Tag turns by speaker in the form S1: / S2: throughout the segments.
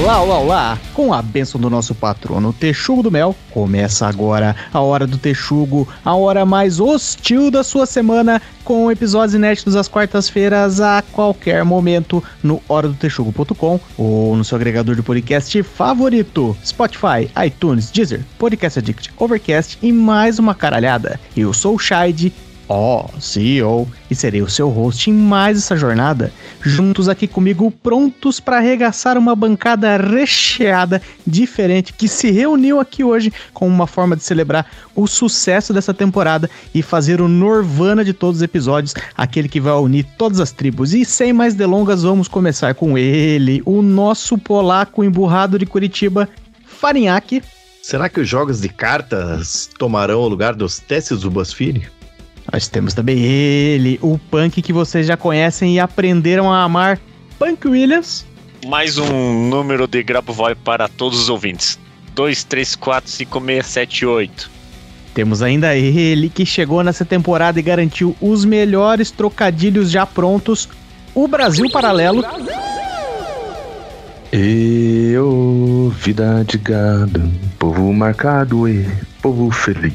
S1: Olá, olá, olá! Com a benção do nosso patrono Texugo do Mel, começa agora a Hora do Texugo, a hora mais hostil da sua semana, com episódios inéditos às quartas-feiras a qualquer momento no horadotexugo.com ou no seu agregador de podcast favorito, Spotify, iTunes, Deezer, Podcast Addict, Overcast e mais uma caralhada. Eu sou o Shide ó, CEO, e serei o seu host em mais essa jornada. Juntos aqui comigo, prontos para arregaçar uma bancada recheada, diferente, que se reuniu aqui hoje com uma forma de celebrar o sucesso dessa temporada e fazer o Norvana de todos os episódios, aquele que vai unir todas as tribos. E sem mais delongas, vamos começar com ele, o nosso polaco emburrado de Curitiba, Farinhaque.
S2: Será que os jogos de cartas tomarão o lugar dos testes do BuzzFeed?
S1: Nós temos também ele, o punk que vocês já conhecem e aprenderam a amar, Punk Williams.
S3: Mais um número de Grabovoi para todos os ouvintes. 2, 3, 4, 5, 6, 7, 8.
S1: Temos ainda ele que chegou nessa temporada e garantiu os melhores trocadilhos já prontos, o Brasil Paralelo.
S4: Eu, vida de gado, povo marcado e povo feliz.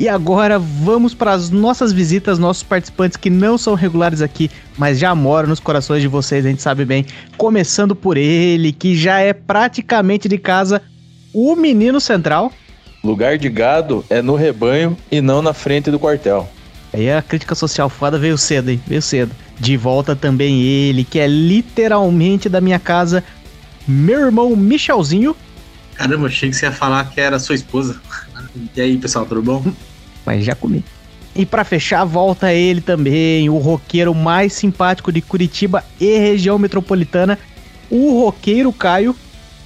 S1: E agora vamos para as nossas visitas, nossos participantes que não são regulares aqui, mas já moram nos corações de vocês, a gente sabe bem. Começando por ele, que já é praticamente de casa, o menino central.
S5: Lugar de gado é no rebanho e não na frente do quartel.
S1: Aí a crítica social foda veio cedo, hein? Veio cedo. De volta também ele, que é literalmente da minha casa, meu irmão Michelzinho.
S6: Caramba, achei que você ia falar que era sua esposa. E aí, pessoal, tudo bom?
S1: Mas já comi. E para fechar, volta ele também, o roqueiro mais simpático de Curitiba e região metropolitana, o roqueiro Caio.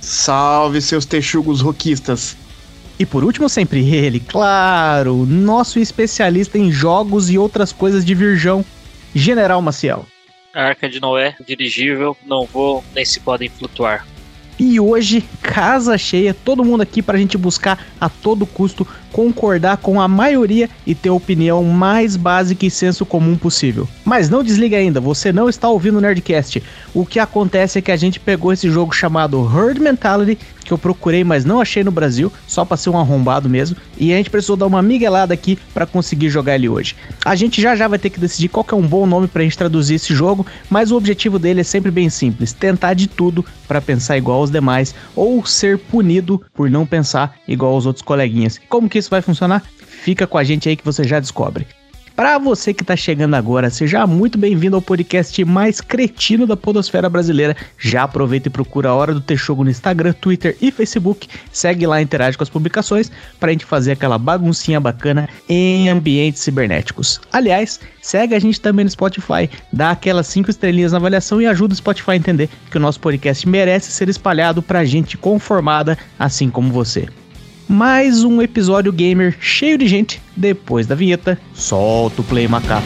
S7: Salve seus texugos roquistas.
S1: E por último, sempre ele, claro, nosso especialista em jogos e outras coisas de Virgão, General Maciel.
S8: Arca de Noé, dirigível, não vou, nem se podem flutuar.
S1: E hoje, casa cheia, todo mundo aqui para a gente buscar a todo custo concordar com a maioria e ter a opinião mais básica e senso comum possível. Mas não desliga ainda, você não está ouvindo o Nerdcast. O que acontece é que a gente pegou esse jogo chamado Herd Mentality, que eu procurei, mas não achei no Brasil, só para ser um arrombado mesmo, e a gente precisou dar uma miguelada aqui para conseguir jogar ele hoje. A gente já já vai ter que decidir qual que é um bom nome para a gente traduzir esse jogo, mas o objetivo dele é sempre bem simples, tentar de tudo para pensar igual aos demais ou ser punido por não pensar igual aos outros coleguinhas. Como que isso vai funcionar? Fica com a gente aí que você já descobre. Para você que está chegando agora, seja muito bem-vindo ao podcast mais cretino da podosfera brasileira. Já aproveita e procura a Hora do Texugo no Instagram, Twitter e Facebook. Segue lá, interage com as publicações para a gente fazer aquela baguncinha bacana em ambientes cibernéticos. Aliás, segue a gente também no Spotify, dá aquelas cinco estrelinhas na avaliação e ajuda o Spotify a entender que o nosso podcast merece ser espalhado para gente conformada, assim como você mais um episódio gamer cheio de gente. Depois da vinheta, solta o play macaco.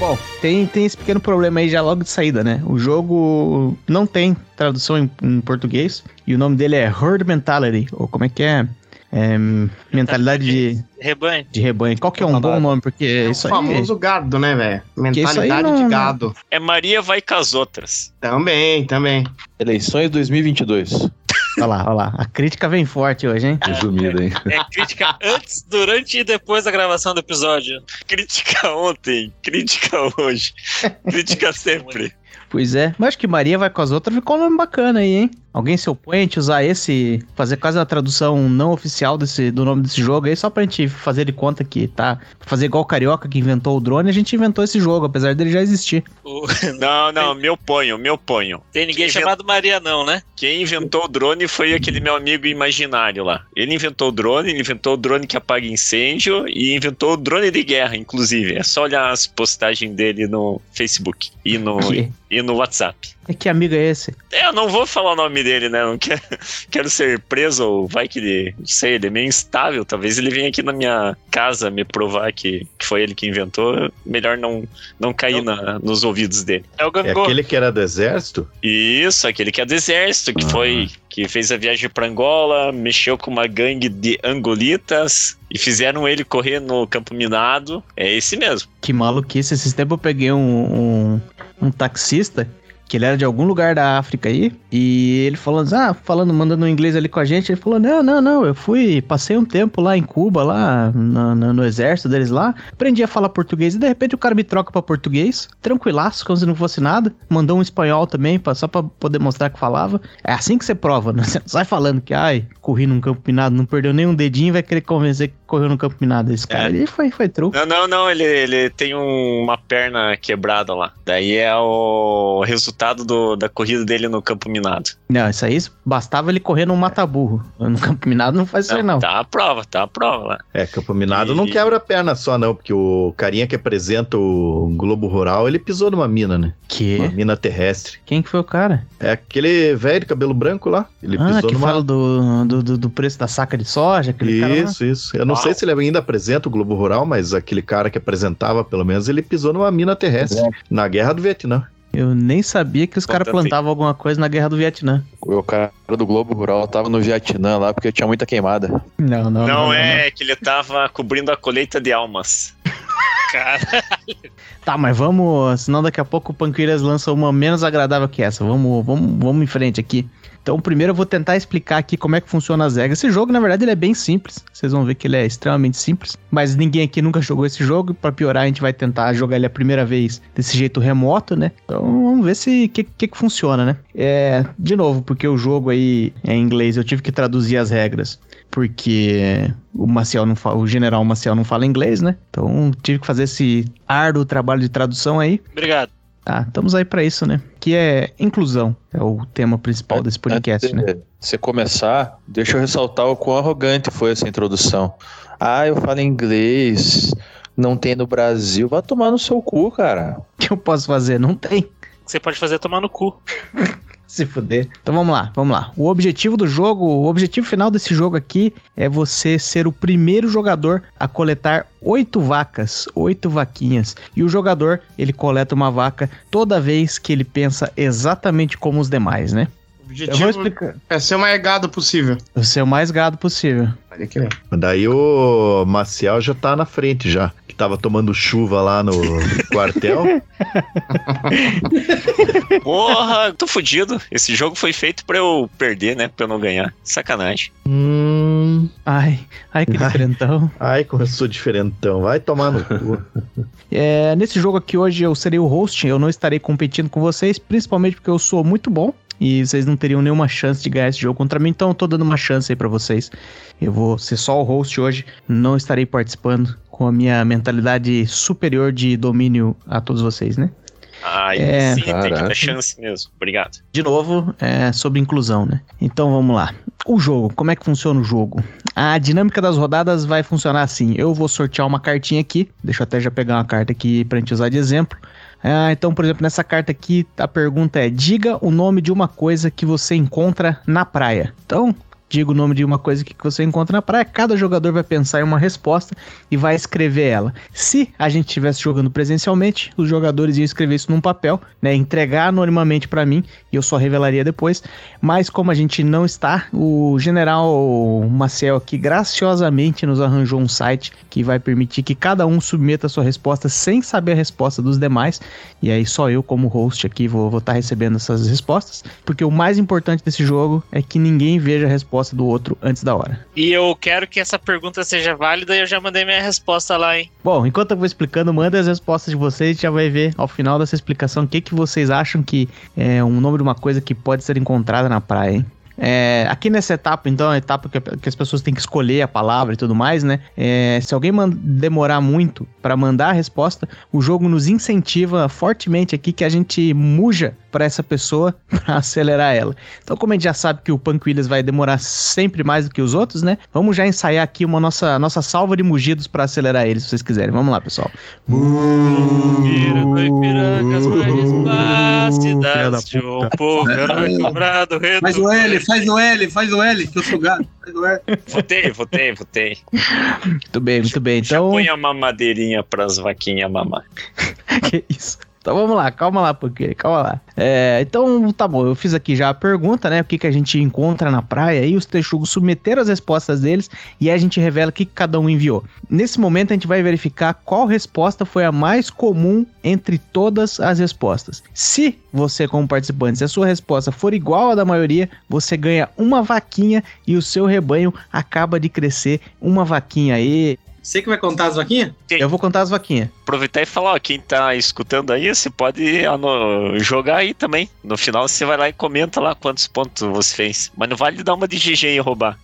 S1: Bom, Tem, tem esse pequeno problema aí já logo de saída, né? O jogo não tem tradução em, em português e o nome dele é Herd Mentality, ou como é que é? É, mentalidade de
S8: rebanho.
S1: de rebanho. Qual que é um bom nome? Porque
S7: É o
S1: isso aí.
S7: famoso gado, né, velho?
S1: isso aí
S7: Mentalidade
S1: não-
S7: de gado.
S3: É Maria vai com as outras.
S7: Também, também.
S5: Eleições 2022.
S1: Olha lá, olha lá. A crítica vem forte hoje, hein?
S4: Resumido, hein?
S8: É crítica antes, durante e depois da gravação do episódio.
S3: Crítica ontem, crítica hoje, crítica sempre.
S1: Pois é. Mas acho que Maria vai com as outras ficou um nome bacana aí, hein? Alguém se opõe a gente usar esse. Fazer quase a tradução não oficial desse, do nome desse jogo aí, só pra gente fazer de conta que tá. Fazer igual o Carioca que inventou o drone, a gente inventou esse jogo, apesar dele já existir.
S3: Não, não, meu ponho, meu ponho.
S8: Tem ninguém
S3: Quem
S8: chamado Maria, não, né?
S3: Quem inventou o drone foi aquele meu amigo imaginário lá. Ele inventou o drone, ele inventou o drone que apaga incêndio e inventou o drone de guerra, inclusive. É só olhar as postagens dele no Facebook e no
S1: Que,
S3: e no WhatsApp.
S1: É que amigo é esse?
S3: É, eu não vou falar o nome dele, né? Não quero, quero ser preso ou vai que ele, não sei, ele é meio instável. Talvez ele venha aqui na minha casa me provar que, que foi ele que inventou. Melhor não, não cair na- nos ouvidos dele.
S8: É o
S2: É
S8: Gangô.
S2: aquele que era do exército?
S3: Isso, aquele que é do exército, que
S2: Ah.
S3: foi. que fez a viagem pra Angola, mexeu com uma gangue de angolitas e fizeram ele correr no campo minado. É esse mesmo.
S1: Que maluquice. Esses tempos eu peguei um, um, um taxista, que ele era de algum lugar da África aí, e ele falando, ah, falando, mandando um inglês ali com a gente, ele falou, não, não, não, eu fui, passei um tempo lá em Cuba, lá na- na- no exército deles lá, aprendi a falar português, e de repente o cara me troca pra português, tranquilaço, como se não fosse nada, mandou um espanhol também, pra- só pra poder mostrar que falava. É assim que você prova, né? Você não sai falando que, ai, corri num campo minado, não perdeu nenhum dedinho, vai querer convencer que correu no campo minado. Esse cara ali foi, foi truco.
S3: Não, não, não, ele, ele tem um- uma perna quebrada lá. Daí é o resultado do- da corrida dele no campo minado.
S1: Não, isso aí bastava ele correr num mata-burro. No campo minado não faz isso aí, não.
S3: Tá a prova, tá a prova lá.
S2: É, Campo Minado não
S3: E-
S2: quebra a perna só, não, porque o carinha que apresenta o Globo Rural, ele pisou numa mina, né? Uma
S1: Que?
S2: mina terrestre.
S1: Quem que foi o cara?
S2: É aquele velho de cabelo branco lá. Ele
S1: ah,
S2: pisou
S1: que
S2: numa.
S1: fala do, do, do- do preço da saca de soja, aquele cara lá.
S2: Isso, isso. Eu não sei se ele ainda apresenta o Globo Rural, mas aquele cara que apresentava, pelo menos, ele pisou numa mina terrestre
S1: É.
S2: na Guerra do Vietnã.
S1: Eu nem sabia que os caras
S3: Bota assim.
S1: plantavam alguma coisa na guerra do Vietnã.
S5: O cara do Globo Rural tava no Vietnã lá porque tinha muita queimada.
S1: Não, não, não.
S3: Não, é que ele tava cobrindo a colheita de almas.
S8: Cara,
S1: não. Tá, mas vamos. Senão daqui a pouco o Panqueiras lança uma menos agradável que essa. Vamos, vamos, vamos em frente aqui. Então, primeiro eu vou tentar explicar aqui como é que funciona as regras. Esse jogo, na verdade, ele é bem simples. Vocês vão ver que ele é extremamente simples. Mas ninguém aqui nunca jogou esse jogo. E pra piorar, a gente vai tentar jogar ele a primeira vez desse jeito remoto, né? Então vamos ver se que, que, que funciona, né? É, de novo, porque o jogo aí é em inglês, eu tive que traduzir as regras. Porque o Maciel não fa- o general Maciel não fala inglês, né? Então tive que fazer esse árduo trabalho de tradução aí.
S8: obrigado.
S1: Ah, estamos aí pra isso, né? Que é inclusão, é o tema principal desse podcast, né?
S5: Antes de você começar, deixa eu ressaltar o quão arrogante foi essa introdução. Ah, eu falo inglês, não tem no Brasil. Vai tomar no seu cu, cara.
S1: O que eu posso fazer? Não tem.
S8: O que você pode fazer é tomar no cu.
S1: Se fuder. Então vamos lá, vamos lá. O objetivo do jogo, o objetivo final desse jogo aqui é você ser o primeiro jogador a coletar oito vacas, oito vaquinhas. E o jogador, ele coleta uma vaca toda vez que ele pensa exatamente como os demais, né?
S7: O
S1: Eu vou
S7: objetivo
S1: explicar.
S7: é ser o mais gado possível.
S1: Você é o mais gado possível.
S7: Olha que bem.
S2: Daí o Maciel já tá na frente já, que tava tomando chuva lá no quartel.
S3: Porra, tô fudido. Esse jogo foi feito pra eu perder, né? Pra eu não ganhar. Sacanagem.
S2: hum,
S1: Ai, ai que
S2: Ai.
S1: diferentão.
S2: ai, como eu sou diferentão. Vai tomar no cu.
S1: É, nesse jogo aqui hoje eu serei o host, eu não estarei competindo com vocês, principalmente porque eu sou muito bom e vocês não teriam nenhuma chance de ganhar esse jogo contra mim, então eu tô dando uma chance aí pra vocês. Eu vou ser só o host hoje, não estarei participando com a minha mentalidade superior de domínio a todos vocês, né?
S3: Aí
S1: É.
S3: sim, tem que
S5: Caraca.
S3: dar chance mesmo. Obrigado.
S1: De novo, é sobre inclusão, né? Então vamos lá. O jogo, como é que funciona o jogo? A dinâmica das rodadas vai funcionar assim. Eu vou sortear uma cartinha aqui. Deixa eu até já pegar uma carta aqui pra gente usar de exemplo. Ah, então, por exemplo, nessa carta aqui, a pergunta é: diga o nome de uma coisa que você encontra na praia. Então, diga o nome de uma coisa que você encontra na praia. Cada jogador vai pensar em uma resposta e vai escrever ela. Se a gente estivesse jogando presencialmente, os jogadores iam escrever isso num papel, né? Entregar anonimamente pra mim e eu só revelaria depois. Mas como a gente não está, o general Maciel aqui graciosamente nos arranjou um site que vai permitir que cada um submeta a sua resposta sem saber a resposta dos demais. E aí só eu, como host aqui, vou estar recebendo essas respostas. Porque o mais importante desse jogo é que ninguém veja a resposta do outro antes da hora.
S8: E eu quero que essa pergunta seja válida e eu já mandei minha resposta lá, hein?
S1: Bom, enquanto eu vou explicando, manda as respostas de vocês, a gente já vai ver ao final dessa explicação o que, que vocês acham que é um nome de uma coisa que pode ser encontrada na praia, hein? É, aqui nessa etapa, então, é a etapa que, que as pessoas têm que escolher a palavra e tudo mais, né? É, se alguém man- demorar muito pra mandar a resposta, o jogo nos incentiva fortemente aqui que a gente muja pra essa pessoa pra acelerar ela. Então, como a gente já sabe que o Punk Williams vai demorar sempre mais do que os outros, né? Vamos já ensaiar aqui uma nossa, nossa salva de mugidos pra acelerar eles, se vocês quiserem. Vamos lá, pessoal.
S8: Pira do Ipiranga, as mais fáceis.
S1: filha da
S3: de um
S1: puta.
S3: povo, eu não me cobrado, reto.
S6: Faz
S1: é,
S6: o L, faz o L, faz o L, que eu sou gato. Faz o L.
S3: Votei, votei, votei.
S1: Então- Muito bem, muito bem.
S3: Já
S1: Então,
S3: põe a mamadeirinha pras vaquinhas mamar.
S1: que isso. Então vamos lá, calma lá, porque calma lá. É, então, tá bom, eu fiz aqui já a pergunta, né? O que, que a gente encontra na praia e os texugos submeteram as respostas deles e aí a gente revela o que, que cada um enviou. Nesse momento a gente vai verificar qual resposta foi a mais comum entre todas as respostas. Se você, como participante, se a sua resposta for igual à da maioria, você ganha uma vaquinha e o seu rebanho acaba de crescer uma vaquinha aí.
S6: Você que vai contar as vaquinhas?
S1: Eu vou contar as vaquinhas.
S3: Aproveitar e falar, ó, quem tá escutando aí, você pode ano- jogar aí também. No final você vai lá e comenta lá quantos pontos você fez. Mas não vale dar uma de GG e roubar.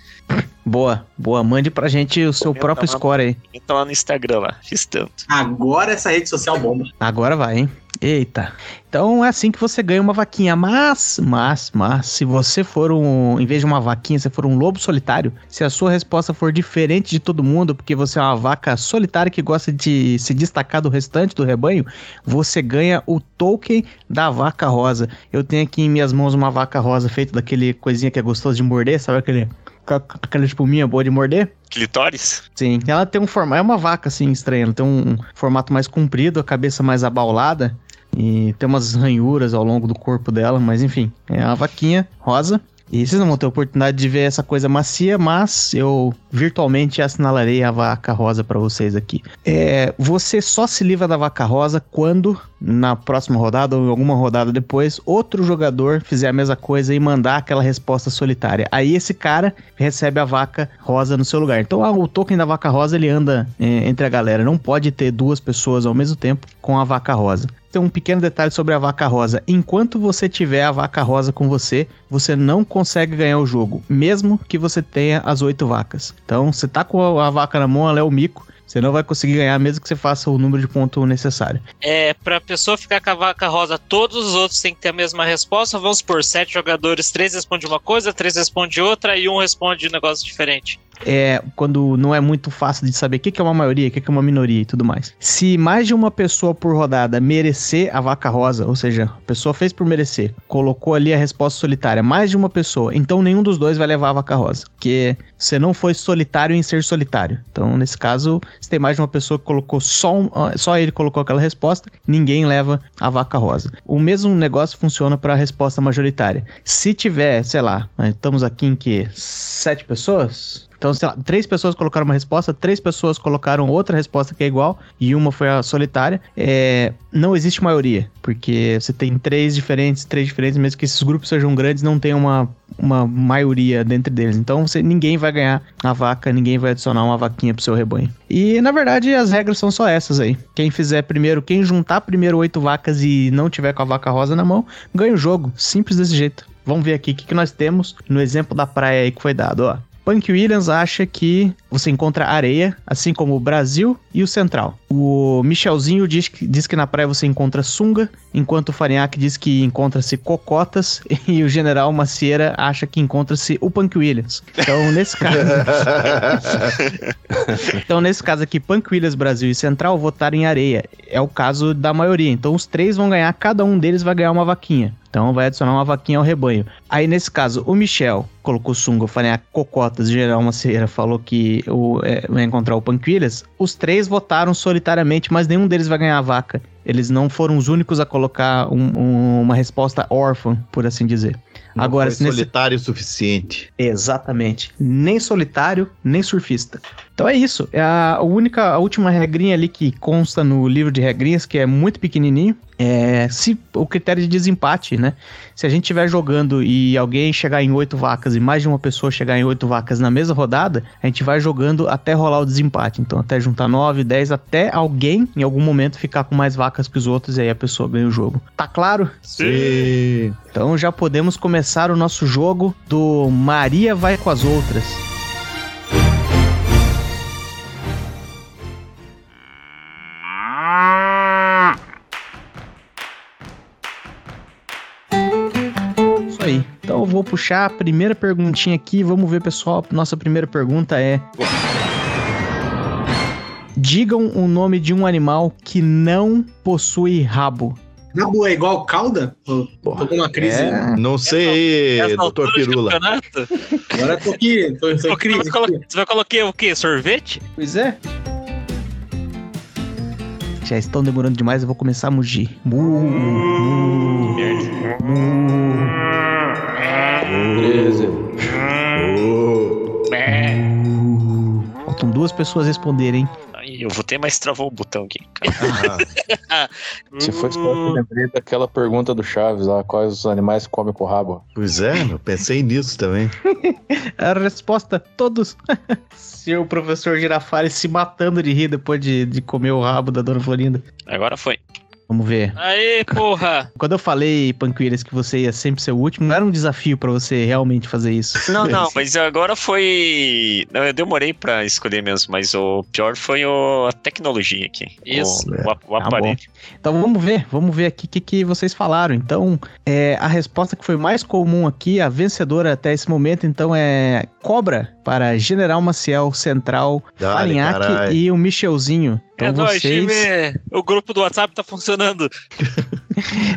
S1: Boa, boa. Mande pra gente o seu
S3: Comenta
S1: próprio
S3: lá.
S1: score aí.
S3: Então lá no Instagram lá, fiz tanto.
S6: Agora essa rede social bomba.
S1: Agora vai, hein? Eita. Então é assim que você ganha uma vaquinha. Mas, mas, mas, se você for um. Em vez de uma vaquinha, você for um lobo solitário, se a sua resposta for diferente de todo mundo, porque você é uma vaca solitária que gosta de se destacar do restante do rebanho, você ganha o token da vaca rosa. Eu tenho aqui em minhas mãos uma vaca rosa feita daquele coisinha que é gostoso de morder, sabe aquele. Aquela espuminha boa de morder?
S3: Clitóris?
S1: Sim, ela tem um formato. É uma vaca, assim, estranha. Ela tem um formato mais comprido, a cabeça mais abaulada. E tem umas ranhuras ao longo do corpo dela, mas enfim, é uma vaquinha rosa. E vocês não vão ter oportunidade de ver essa coisa macia, mas eu virtualmente assinalarei a vaca rosa pra vocês aqui. É, você só se livra da vaca rosa quando, na próxima rodada ou em alguma rodada depois, outro jogador fizer a mesma coisa e mandar aquela resposta solitária. Aí esse cara recebe a vaca rosa no seu lugar. Então ah, o token da vaca rosa ele anda eh, entre a galera. Não pode ter duas pessoas ao mesmo tempo com a vaca rosa. Tem um pequeno detalhe sobre a vaca rosa. Enquanto você tiver a vaca rosa com você, você não consegue ganhar o jogo, mesmo que você tenha as oito vacas. Então, você tá com a a vaca na mão, ela é o mico. Você não vai conseguir ganhar, mesmo que você faça o número de ponto necessário.
S8: É, pra pessoa ficar com a vaca rosa, todos os outros têm que ter a mesma resposta. Vamos por sete jogadores, três respondem uma coisa, três respondem outra e um responde um negócio diferente.
S1: é quando não é muito fácil de saber o que que é uma maioria, o que que é uma minoria e tudo mais. Se mais de uma pessoa por rodada merecer a vaca rosa, ou seja, a pessoa fez por merecer, colocou ali a resposta solitária, mais de uma pessoa, então nenhum dos dois vai levar a vaca rosa, porque você não foi solitário em ser solitário. Então, nesse caso, se tem mais de uma pessoa que colocou só um, ah, só ele colocou aquela resposta, ninguém leva a vaca rosa. O mesmo negócio funciona para a resposta majoritária. Se tiver, sei lá, nós estamos aqui em que sete pessoas, então, sei lá, três pessoas colocaram uma resposta, três pessoas colocaram outra resposta que é igual, e uma foi a solitária. É, não existe maioria, porque você tem três diferentes, três diferentes, mesmo que esses grupos sejam grandes, não tem uma, uma maioria dentro deles. Então, você, ninguém vai ganhar a vaca, ninguém vai adicionar uma vaquinha pro seu rebanho. E, na verdade, as regras são só essas aí. Quem fizer primeiro, quem juntar primeiro oito vacas e não tiver com a vaca rosa na mão, ganha o jogo. Simples desse jeito. Vamos ver aqui o que, que nós temos no exemplo da praia aí que foi dado, ó. Punk Williams acha que você encontra areia, assim como o Brasil e o Central. O Michelzinho diz que, diz que na praia você encontra sunga, enquanto o Farinhaque diz que encontra-se cocotas e o General Macieira acha que encontra-se o Punk Williams. Então, nesse caso, então, nesse caso aqui, Punk Williams, Brasil e Central votaram em areia. É o caso da maioria. Então, os três vão ganhar, cada um deles vai ganhar uma vaquinha. Então, vai adicionar uma vaquinha ao rebanho. Aí, nesse caso, o Michel colocou sunga, falei a cocotas, geral macieira, falou que o, é, vai encontrar o Punk Williams. Os três votaram solitariamente, mas nenhum deles vai ganhar a vaca. Eles não foram os únicos a colocar um- um- uma resposta órfã, por assim dizer.
S2: Não
S1: Agora,
S2: foi
S1: se nesse-
S2: solitário o suficiente.
S1: Exatamente. Nem solitário, nem surfista. Então é isso. É a única, a última regrinha ali que consta no livro de regrinhas, que é muito pequenininho, é se o critério de desempate, né? Se a gente estiver jogando e alguém chegar em oito vacas e mais de uma pessoa chegar em oito vacas na mesma rodada, a gente vai jogando até rolar o desempate. Então até juntar nove, dez, até alguém em algum momento ficar com mais vacas que os outros e aí a pessoa ganha o jogo. Tá claro? Então já podemos começar o nosso jogo do Maria vai com as outras. Isso aí. Então eu vou puxar a primeira perguntinha aqui. Vamos ver, pessoal. Nossa primeira pergunta é: Digam o nome de um animal que não possui rabo.
S6: Na boa, é igual calda? Tô
S2: Porra.
S6: com uma crise.
S4: É.
S2: Não sei,
S8: Essa altura
S2: doutor
S8: de
S2: Pirula.
S8: campeonato?
S6: Agora tô aqui, tô, tô em
S8: Você vai
S6: crise.
S8: colo- Você vai colocar o quê? Sorvete?
S1: Pois é. Já estão demorando demais, eu vou começar a mugir. Mu, mu,
S3: Merda.
S1: mu.
S5: 13.
S3: É.
S1: Faltam duas pessoas responderem.
S3: Aí, eu votei, mas travou o botão aqui. cara.
S2: Ah,
S8: Hum.
S5: Se fosse pra eu lembrei daquela pergunta do Chaves lá, quais os animais que comem com o rabo?
S2: pois é, eu pensei nisso também.
S1: É A resposta, todos. Seu professor Girafales se matando de rir depois de, de comer o rabo da dona Florinda.
S3: Agora foi.
S1: Vamos ver.
S8: Aê, porra!
S1: Quando eu falei, Panqueiras, que você ia sempre ser o último, não era um desafio pra você realmente fazer isso.
S3: Não, não, mas agora foi. Não, eu demorei pra escolher mesmo, mas o pior foi o... a tecnologia aqui.
S8: Isso.
S3: O, o ap- o
S1: Tá
S3: aparelho.
S1: Então vamos ver, vamos ver aqui o que, que vocês falaram. Então, é, a resposta que foi mais comum aqui, a vencedora até esse momento, então é cobra para General Maciel Central,
S2: Dale,
S1: Alinhac
S2: caralho.
S1: e o Michelzinho. Então
S8: é nóis,
S1: vocês,
S8: time! O grupo do WhatsApp tá funcionando.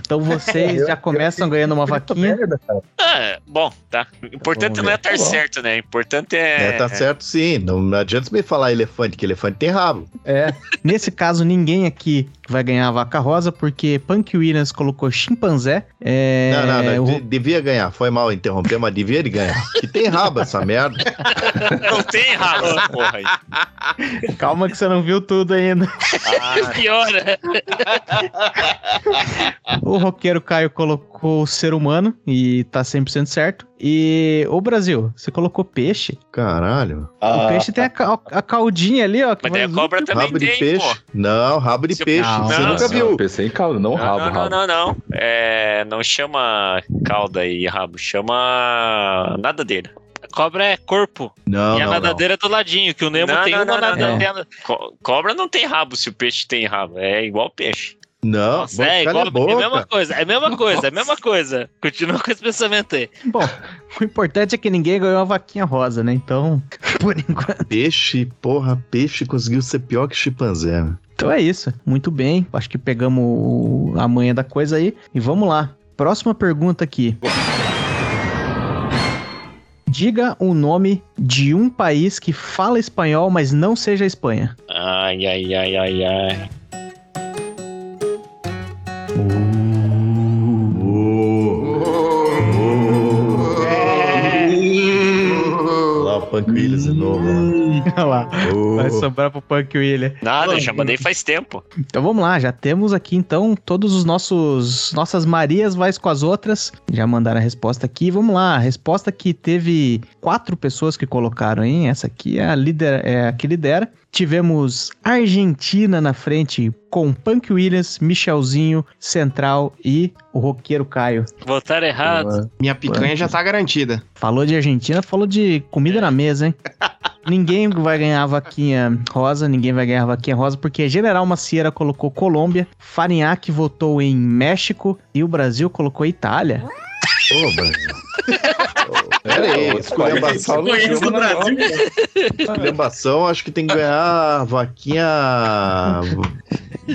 S1: então vocês já começam ganhando uma vaquinha.
S3: Ah, bom, tá. O importante
S1: Vamos
S3: não é
S1: ver.
S3: estar
S1: Tá bom.
S3: certo, né? O importante é.
S2: É, tá certo sim. Não, não adianta você me falar elefante, que elefante tem rabo.
S1: Nesse caso, ninguém aqui vai ganhar a vaca rosa, porque Punk Williams colocou chimpanzé. É,
S2: não, não, não.
S1: o-
S2: de- Devia ganhar. Foi mal interromper, mas devia ele ganhar. Que tem rabo essa merda.
S8: Não tem rabo.
S3: Ah, porra aí.
S1: Calma que você não viu tudo ainda.
S3: Ah,
S8: Pior, né?
S1: O roqueiro Caio colocou ser humano e tá 100% certo. E o Brasil, você colocou peixe.
S2: Caralho.
S3: Ah,
S5: Ah,
S1: o peixe tem a, ca- a caudinha ali, ó. que
S8: Mas daí a
S1: vai-
S8: cobra também
S2: rabo de
S8: tem,
S2: peixe.
S8: pô.
S2: Não, rabo de
S8: Se-
S2: peixe.
S1: Não,
S2: Você
S3: não,
S2: nunca
S3: não.
S2: viu.
S4: Eu pensei em caldo, não rabo,
S3: não, não,
S4: rabo.
S3: não, não. É, não chama calda e rabo, chama nadadeira.
S8: Cobra é corpo.
S2: Não,
S8: e a
S2: não, não.
S8: nadadeira é do ladinho, que o Nemo
S3: Não,
S8: tem
S3: não,
S8: uma
S3: não, não,
S8: nadadeira.
S3: Co- cobra não tem rabo se o peixe tem rabo. É igual peixe.
S2: Não,
S8: Nossa,
S2: vou
S8: é
S2: ficar
S8: igual.
S2: na
S8: É a
S2: boca.
S8: mesma coisa, é a mesma coisa, é a mesma coisa. Continua com esse pensamento aí.
S1: Bom, o importante é que ninguém ganhou a vaquinha rosa, né? Então, por enquanto.
S2: Peixe, porra, peixe conseguiu ser pior que chimpanzé. né?
S1: Então é isso. Muito bem. Acho que pegamos o- a manha da coisa aí. E vamos lá. Próxima pergunta aqui. Diga o nome de um país que fala espanhol, mas não seja a Espanha.
S3: Ai, ai, ai, ai, ai.
S2: Olha lá o Punk Willis de novo. né? lá.
S1: Olha lá, vai
S2: Oh.
S1: sobrar pro Punk William.
S3: Nada, eu já mandei faz tempo.
S1: Então vamos lá, já temos aqui então todos os nossos nossas Marias vais com as outras. Já mandaram a resposta aqui. Vamos lá, a resposta que teve quatro pessoas que colocaram, hein? Essa aqui é a líder, é a que lidera. Tivemos Argentina na frente com Punk Williams, Michelzinho, Central e o roqueiro Caio.
S8: Votaram errado.
S7: Minha picanha já tá garantida.
S1: Falou de Argentina, falou de comida na mesa, hein? ninguém vai ganhar a vaquinha rosa, ninguém vai ganhar a vaquinha rosa, porque General Macieira colocou Colômbia, Farinhaque votou em México e o Brasil colocou Itália.
S2: Ô, Brasil. Ô, Pera aí,
S5: um
S2: esculhambação,
S6: Foi isso
S5: né?
S6: do Brasil.
S2: esculhambação, acho que tem que ganhar a vaquinha.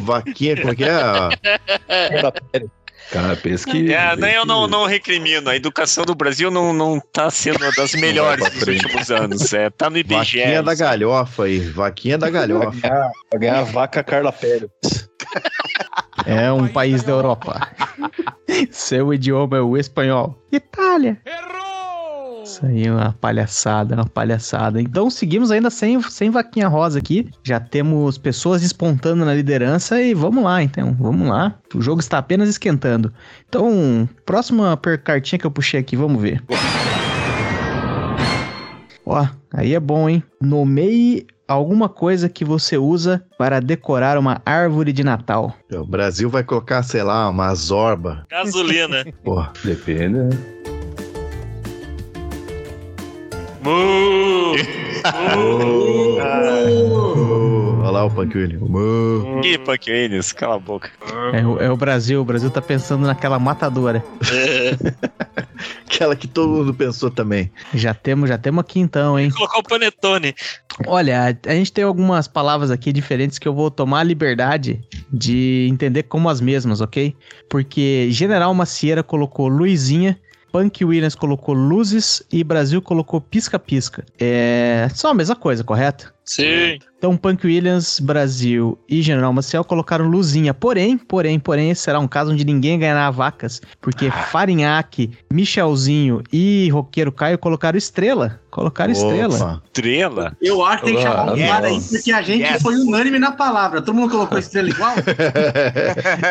S2: Vaquinha, como é que é?
S4: Cara, pensa que.
S3: É, nem eu não, não recrimino. A educação do Brasil não, não tá sendo das melhores
S4: pra
S3: nos
S4: frente.
S3: últimos anos. É, tá no IBGE.
S2: Vaquinha da
S3: isso.
S2: galhofa aí, vaquinha da galhofa.
S5: Vai ganhar a vaca Carla Pérez.
S1: É um país da Europa. Seu idioma é o espanhol. Itália. Errou! Isso aí é uma palhaçada, uma palhaçada. Então seguimos ainda sem, sem vaquinha rosa aqui. Já temos pessoas despontando na liderança e vamos lá, então. Vamos lá. O jogo está apenas esquentando. Então, próxima per- cartinha que eu puxei aqui, vamos ver. Ó, aí é bom, hein? Nomeie alguma coisa que você usa para decorar uma árvore de Natal.
S2: O Brasil vai colocar, sei lá, uma zorba.
S8: Gasolina.
S2: Porra.
S4: Depende, né?
S8: Mu!
S2: Olha lá o Panquilho.
S3: Que punk eles, cala a boca.
S1: É, o- é o Brasil, o Brasil tá pensando naquela matadora.
S2: Aquela que todo mundo pensou também.
S1: Já temos, já temos aqui então, hein?
S8: Colocar o panetone.
S1: Olha, a- a gente tem algumas palavras aqui diferentes que eu vou tomar a liberdade de entender como as mesmas, ok? Porque General Macieira colocou Luizinha, Punk Williams colocou Luzes e Brasil colocou Pisca-Pisca. É só a mesma coisa, correto?
S8: Sim.
S1: Então, Punk Williams, Brasil e General Maciel colocaram luzinha. Porém, porém, porém, esse será um caso onde ninguém ganhará vacas, porque Farinhaque, Michelzinho e Roqueiro Caio colocaram estrela. Colocaram estrela.
S2: Opa.
S3: Trela?
S6: Eu acho que tem que chamar
S5: Ah,
S6: um cara aí,
S5: yes.
S6: porque a gente
S7: Yes.
S6: foi unânime na palavra. Todo mundo colocou estrela igual?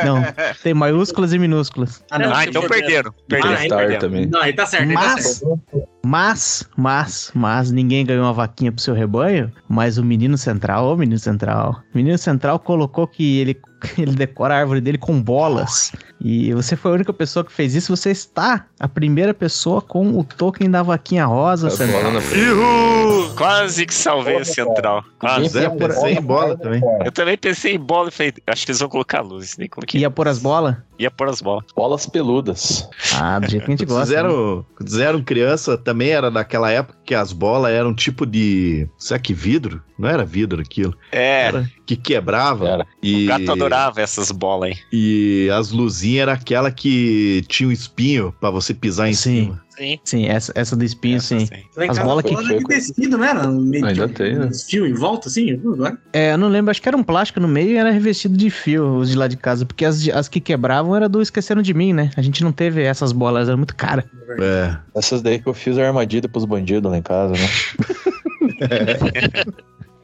S1: Não, tem maiúsculas e minúsculas.
S6: Ah,
S8: Não,
S7: Ah, então perderam.
S3: Perderam.
S6: Ah, é
S5: Star
S3: perderam.
S5: também.
S6: Não, aí tá certo. aí tá
S1: Mas,
S6: certo.
S1: mas, mas, mas, ninguém ganhou uma vaquinha pro seu rebanho, mas o menino central, ô menino central, o menino central colocou que ele, ele decora a árvore dele com bolas. E você foi a única pessoa que fez isso, você está a primeira pessoa com o token da vaquinha rosa,
S5: Tá
S1: central.
S4: Bola na
S3: Ihu! Quase que salvei a central.
S2: Ah,
S3: Quase.
S2: Zé, pensei
S5: é
S2: em bola também.
S3: Eu também pensei em bola e falei, acho que eles vão colocar luzes, nem coloquei.
S1: Ia pôr as bolas?
S3: Ia pôr as bolas.
S5: Bolas peludas.
S1: Ah, do jeito que a gente gosta. né?
S2: Fizeram, fizeram criança, também era daquela época que as bolas eram tipo de. Será que vidro? Não era vidro aquilo.
S3: É,
S2: Que quebrava.
S5: Era.
S2: E,
S3: o gato adorava essas bolas, hein?
S2: E as luzinhas era aquela que tinha um espinho pra você pisar em
S1: Sim.
S2: cima.
S8: Sim.
S1: Sim, essa, essa do espinho,
S3: Essa
S1: sim.
S3: sim.
S6: Lá em
S1: as
S6: casa,
S1: bolas que
S6: bola de
S5: foi-
S6: tá tecido, não era? Meio
S5: Ainda
S6: que-
S5: tem, né?
S6: uns Fio em volta, assim? Agora?
S1: É, eu não lembro, acho que era um plástico no meio e era revestido de fio, os de lá de casa, porque as, de- as que quebravam era do Esqueceram de Mim, né? A gente não teve essas bolas, era muito cara.
S2: É.
S5: Essas daí que eu fiz a armadilha pros bandidos lá em casa, né?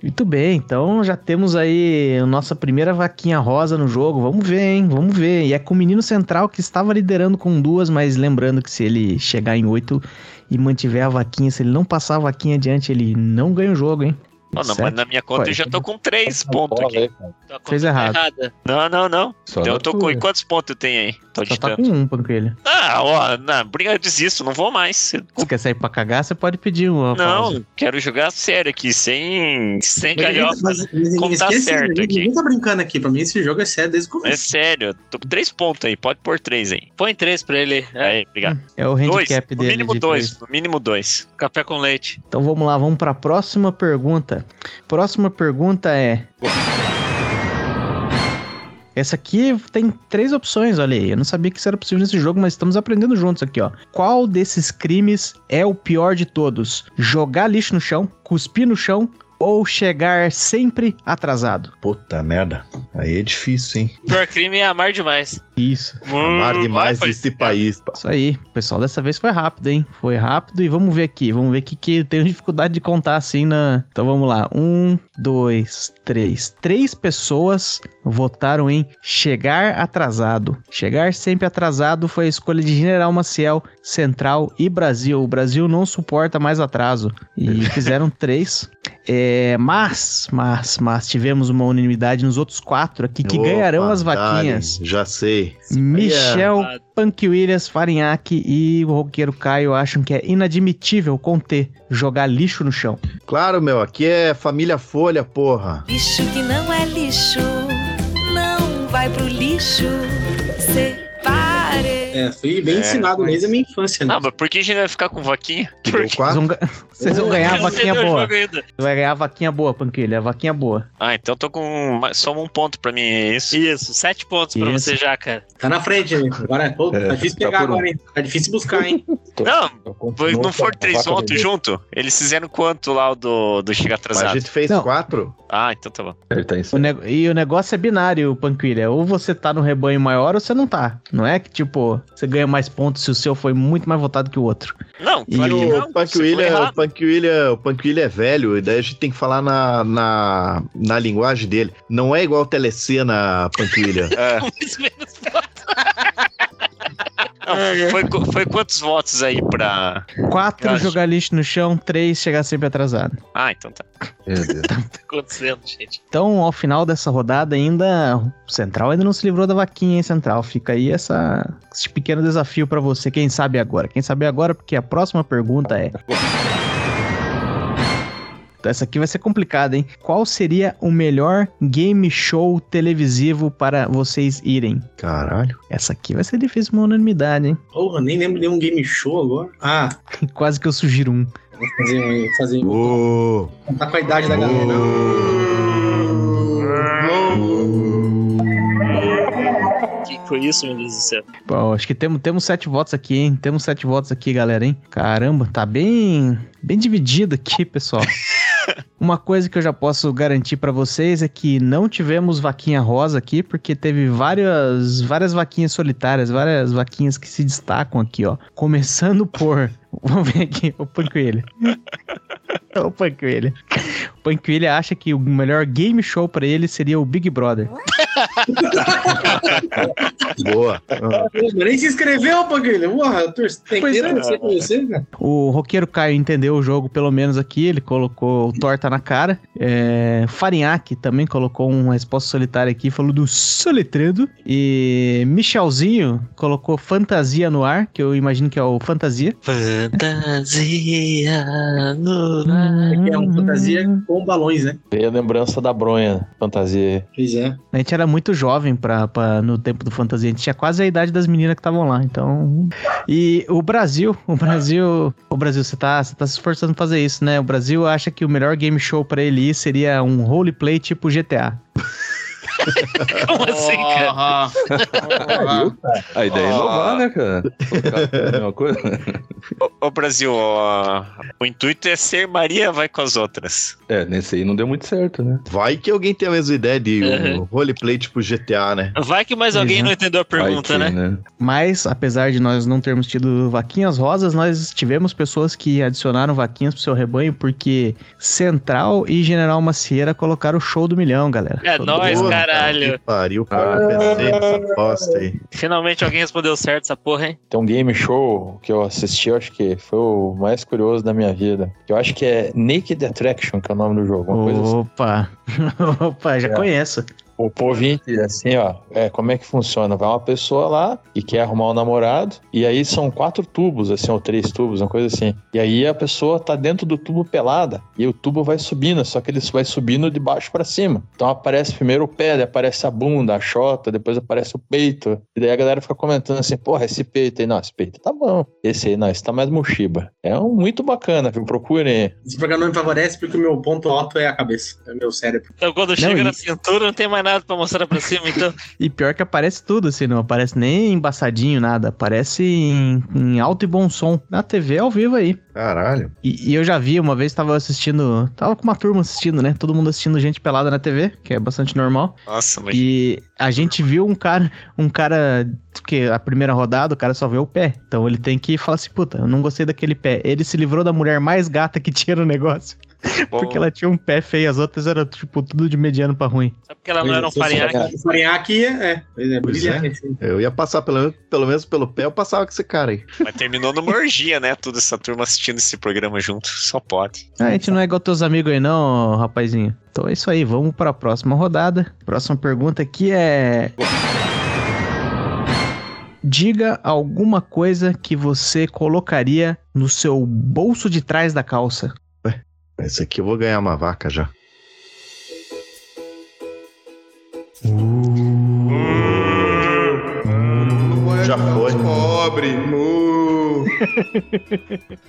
S1: Muito bem, então já temos aí a nossa primeira vaquinha rosa no jogo. Vamos ver, hein? Vamos ver. E é com o menino central que estava liderando com duas, mas lembrando que se ele chegar em oito e mantiver a vaquinha, se ele não passar a vaquinha adiante, ele não ganha o jogo, hein?
S3: Oh, não,
S1: Certo?
S3: mas na minha conta eu já tô com três pontos
S5: Bola
S3: aqui.
S5: aí, cara.
S8: Tá com-
S1: Fez
S8: tá
S1: errado.
S8: errada.
S3: Não, não, não.
S4: Só
S3: Então
S4: na
S3: eu tô com.
S4: tua.
S3: e Quantos pontos eu tenho aí? Tô
S1: tá um. Só tá com
S3: digitando.
S1: um, Pancoelho.
S3: Ah, ó, não, briga, desisto, não vou mais.
S1: Se quer sair pra cagar, você pode pedir uma pausa.
S3: Não, quero jogar sério aqui, sem, sem galhofa.
S6: Mas- mas ninguém-
S3: Como tá
S6: esquece,
S3: certo
S6: ninguém-
S3: aqui.
S6: Ninguém tá brincando aqui. Pra mim, esse jogo é sério desde
S3: É
S6: o começo.
S3: sério, tô com três pontos aí, pode pôr três aí.
S8: Põe três pra ele. É,
S3: Aí, obrigado.
S1: É o
S3: Dois,
S1: handicap
S3: no
S1: dele.
S3: mínimo
S1: de
S3: dois,
S1: três.
S3: no mínimo dois.
S8: Café tá com leite.
S1: Então vamos lá, vamos para a próxima pergunta. Próxima pergunta é. Essa aqui tem três opções, olha aí. Eu não sabia que isso era possível nesse jogo, mas estamos aprendendo juntos aqui, ó. Qual desses crimes é o pior de todos? Jogar lixo no chão, cuspir no chão ou chegar sempre atrasado?
S2: Puta merda. Aí é difícil, hein?
S8: O pior crime é amar demais.
S1: Isso.
S2: Amar
S3: Hum,
S2: demais
S8: vai,
S2: esse país. pá.
S1: Isso aí. Pessoal, dessa vez foi rápido, hein? Foi rápido e vamos ver aqui. Vamos ver aqui que eu tenho dificuldade de contar assim na. Então vamos lá. Um, dois, três. Três pessoas votaram em chegar atrasado. Chegar sempre atrasado foi a escolha de General Maciel, Central e Brasil. O Brasil não suporta mais atraso. E fizeram três. É, mas, mas, mas tivemos uma unanimidade nos outros quatro aqui que
S2: Opa,
S1: ganharão as
S2: Dali,
S1: vaquinhas.
S2: Já sei.
S8: é
S1: Michel, Punk Williams, Farinhaque e o roqueiro Caio acham que é inadmitível com T jogar lixo no chão.
S2: Claro, meu, aqui é família Folha, porra.
S9: Lixo que não é lixo, não vai pro lixo. Separe.
S6: É, fui bem ensinado desde a minha infância, né?
S3: Não, mas por que a gente vai ficar com vaquinha?
S2: Que deu
S1: Vocês
S2: quatro.
S1: vão, ga- vocês vão ganhar a
S8: Ah. Eu não sei
S1: vaquinha
S8: do
S1: boa.
S8: jogo ainda.
S1: Vai ganhar a vaquinha boa, Panquilha. A vaquinha boa.
S3: Ah, então eu tô com. mais- Soma um ponto pra mim, é isso?
S8: Isso, sete pontos pra
S1: Isso.
S8: você já, cara.
S6: Tá na frente, né? Agora, pô, tá difícil
S5: tá
S6: pegar
S5: por um.
S6: agora, hein? Tá difícil buscar, hein?
S3: Não,
S5: Eu continuo
S3: foi- não
S5: com
S3: for
S5: a
S3: três
S5: vaca
S3: pontos
S5: vermelha.
S3: junto? Eles fizeram quanto lá o do, do
S2: Mas
S3: chegar
S2: a
S3: atrasado?
S2: gente fez
S1: Não.
S2: quatro?
S3: Ah, então tá bom.
S4: Ele tá em
S1: O nego- E o negócio é binário, Panquilha. Ou você tá no rebanho maior ou você não tá. Não é que, tipo, você ganha mais pontos se o seu foi muito mais votado que o outro.
S3: Não,
S1: E
S3: claro que
S2: o
S3: não.
S2: Punk
S3: você foi
S2: William, o
S3: errado.
S2: Punk William, o Punk William é velho, e daí a gente tem que falar na, na, na linguagem dele. Não é igual telecena, Punk William.
S3: É.
S8: Mais menos pontos. Ah, é.
S3: Não, foi, qu- foi quantos votos aí pra.
S1: Quatro
S3: Eu acho.
S1: jogar lixo no chão, três chegar sempre atrasado.
S3: Ah, então tá.
S4: Meu Deus.
S8: Tá acontecendo, gente.
S1: Então, ao final dessa rodada, ainda o Central ainda não se livrou da vaquinha, hein, Central? Fica aí essa, esse pequeno desafio pra você, quem sabe agora. Quem sabe agora, porque a próxima pergunta é: Então essa aqui vai ser complicada, hein? Qual seria o melhor game show televisivo para vocês irem?
S2: Caralho.
S1: Essa aqui vai ser difícil uma unanimidade, hein?
S6: Porra, nem lembro de um game show agora. Ah,
S1: Quase que eu sugiro um.
S6: vou fazer um. Fazer um
S2: Ô,
S6: contar Tá com a idade da galera.
S3: Que foi isso, meu Deus do céu?
S1: Bom, acho que temos, temos sete votos aqui, hein? Temos sete votos aqui, galera, hein? Caramba, tá bem, bem dividido aqui, pessoal. Uma coisa que eu já posso garantir pra vocês é que não tivemos vaquinha rosa aqui, porque teve várias, várias vaquinhas solitárias, várias vaquinhas que se destacam aqui, ó. Começando por. Vamos ver aqui, o Panquilha. o Panquilha. O Panquilha acha que o melhor game show pra ele seria o Big Brother.
S2: boa.
S6: Nem se inscreveu, Panguilha. Porra, tor- tem
S1: Pois
S6: que
S1: é.
S6: torcer pra você, né? cara.
S1: O roqueiro Caio entendeu o jogo, pelo menos aqui, ele colocou o torta na cara. É, Farinhaque também colocou uma resposta solitária aqui, falou do soletredo. E Michelzinho colocou fantasia no ar, que eu imagino que é o fantasia.
S8: Fantasia no
S6: Aqui é uma fantasia com balões, né?
S5: Veio a lembrança da bronha, fantasia. aí.
S6: Pois é.
S1: A gente era muito jovem pra, pra- no tempo do fantasia, a gente tinha quase a idade das meninas que estavam lá, então... E o Brasil, o Brasil... O Brasil, você tá, você tá se esforçando pra fazer isso, né? O Brasil acha que o melhor game show pra ele ir seria um roleplay tipo GTA.
S8: Como assim, cara?
S7: Porra. Porra.
S5: A ideia é
S3: Ó.
S5: inovar, né, cara? Colocar a mesma coisa.
S3: Ô, ô, Brasil, ó, o intuito é ser Maria vai com as outras.
S5: É, nesse aí não deu muito certo, né?
S2: Vai que alguém tem a mesma ideia de
S3: Uhum.
S2: um roleplay tipo GTA, né?
S8: Vai que mais alguém
S1: Exato.
S8: não entendeu a pergunta,
S5: Vai
S8: né?
S5: que,
S1: Mas, apesar de nós não termos tido vaquinhas rosas, nós tivemos pessoas que adicionaram vaquinhas pro seu rebanho, porque Central e General Macieira colocaram o show do milhão, galera.
S8: É
S1: Todo
S8: nóis,
S1: mundo.
S2: Boa,
S8: caralho.
S2: Que pariu, cara. Eu
S1: Ah.
S2: pensei nessa aposta aí.
S8: Finalmente alguém respondeu certo essa porra, hein?
S5: Tem um game show que eu assisti, eu acho que foi o mais curioso da minha vida. Eu acho que é Naked Attraction, que é o nome do jogo. Uma
S1: Oh,
S5: coisa assim.
S1: Opa! Opa, já
S5: É.
S1: conheço.
S5: O ouvinte, assim, ó, é, como é que funciona? Vai uma pessoa lá e quer arrumar um namorado, e aí são quatro tubos, assim, ou três tubos, uma coisa assim. E aí a pessoa tá dentro do tubo pelada, e o tubo vai subindo, só que ele vai subindo de baixo pra cima. Então aparece primeiro o pé, daí aparece a bunda, a chota, depois aparece o peito. E daí a galera fica comentando assim, porra, esse peito aí, não, esse peito tá bom. Esse aí, não, esse tá mais mochiba. É um muito bacana, viu? Procurem.
S6: Esse programa não me favorece porque o meu ponto alto é a cabeça, é o meu cérebro.
S8: Então quando chega
S1: e-
S8: na cintura não tem mais nada pra mostrar pra cima, então.
S1: E pior que aparece tudo, assim, não aparece nem embaçadinho, nada. Aparece em, em alto e bom som. Na TV ao vivo aí.
S2: Caralho.
S1: E, e eu já vi, uma vez tava assistindo. Tava com uma turma assistindo, né? Todo mundo assistindo gente pelada na TV, que é bastante normal.
S3: Nossa, mas
S1: E a gente viu um cara, um cara que a primeira rodada o cara só vê o pé. Então ele tem que falar assim, puta, eu não gostei daquele pé. Ele se livrou da mulher mais gata que tinha no negócio,
S3: bom,
S1: porque ela tinha um pé feio, as outras eram tipo tudo de mediano pra ruim.
S8: Só porque ela não era um
S5: Isso, isso é
S8: farinhaque.
S5: bacana.
S6: O Farinhaque é, é, pois é,
S2: Pois é.
S6: brilhante. assim.
S2: Eu ia passar pelo, pelo menos pelo pé, eu passava com esse cara aí.
S3: mas terminou numa orgia, né? Toda essa turma assistindo esse programa junto, só pode.
S1: Ah, a gente não é igual teus amigos aí não, rapazinho. Então é isso aí, vamos pra próxima rodada. Próxima pergunta aqui é... Diga alguma coisa que você colocaria no seu bolso de trás da calça.
S2: Esse aqui eu vou ganhar uma vaca já. Já foi.
S7: Pobre. Uh.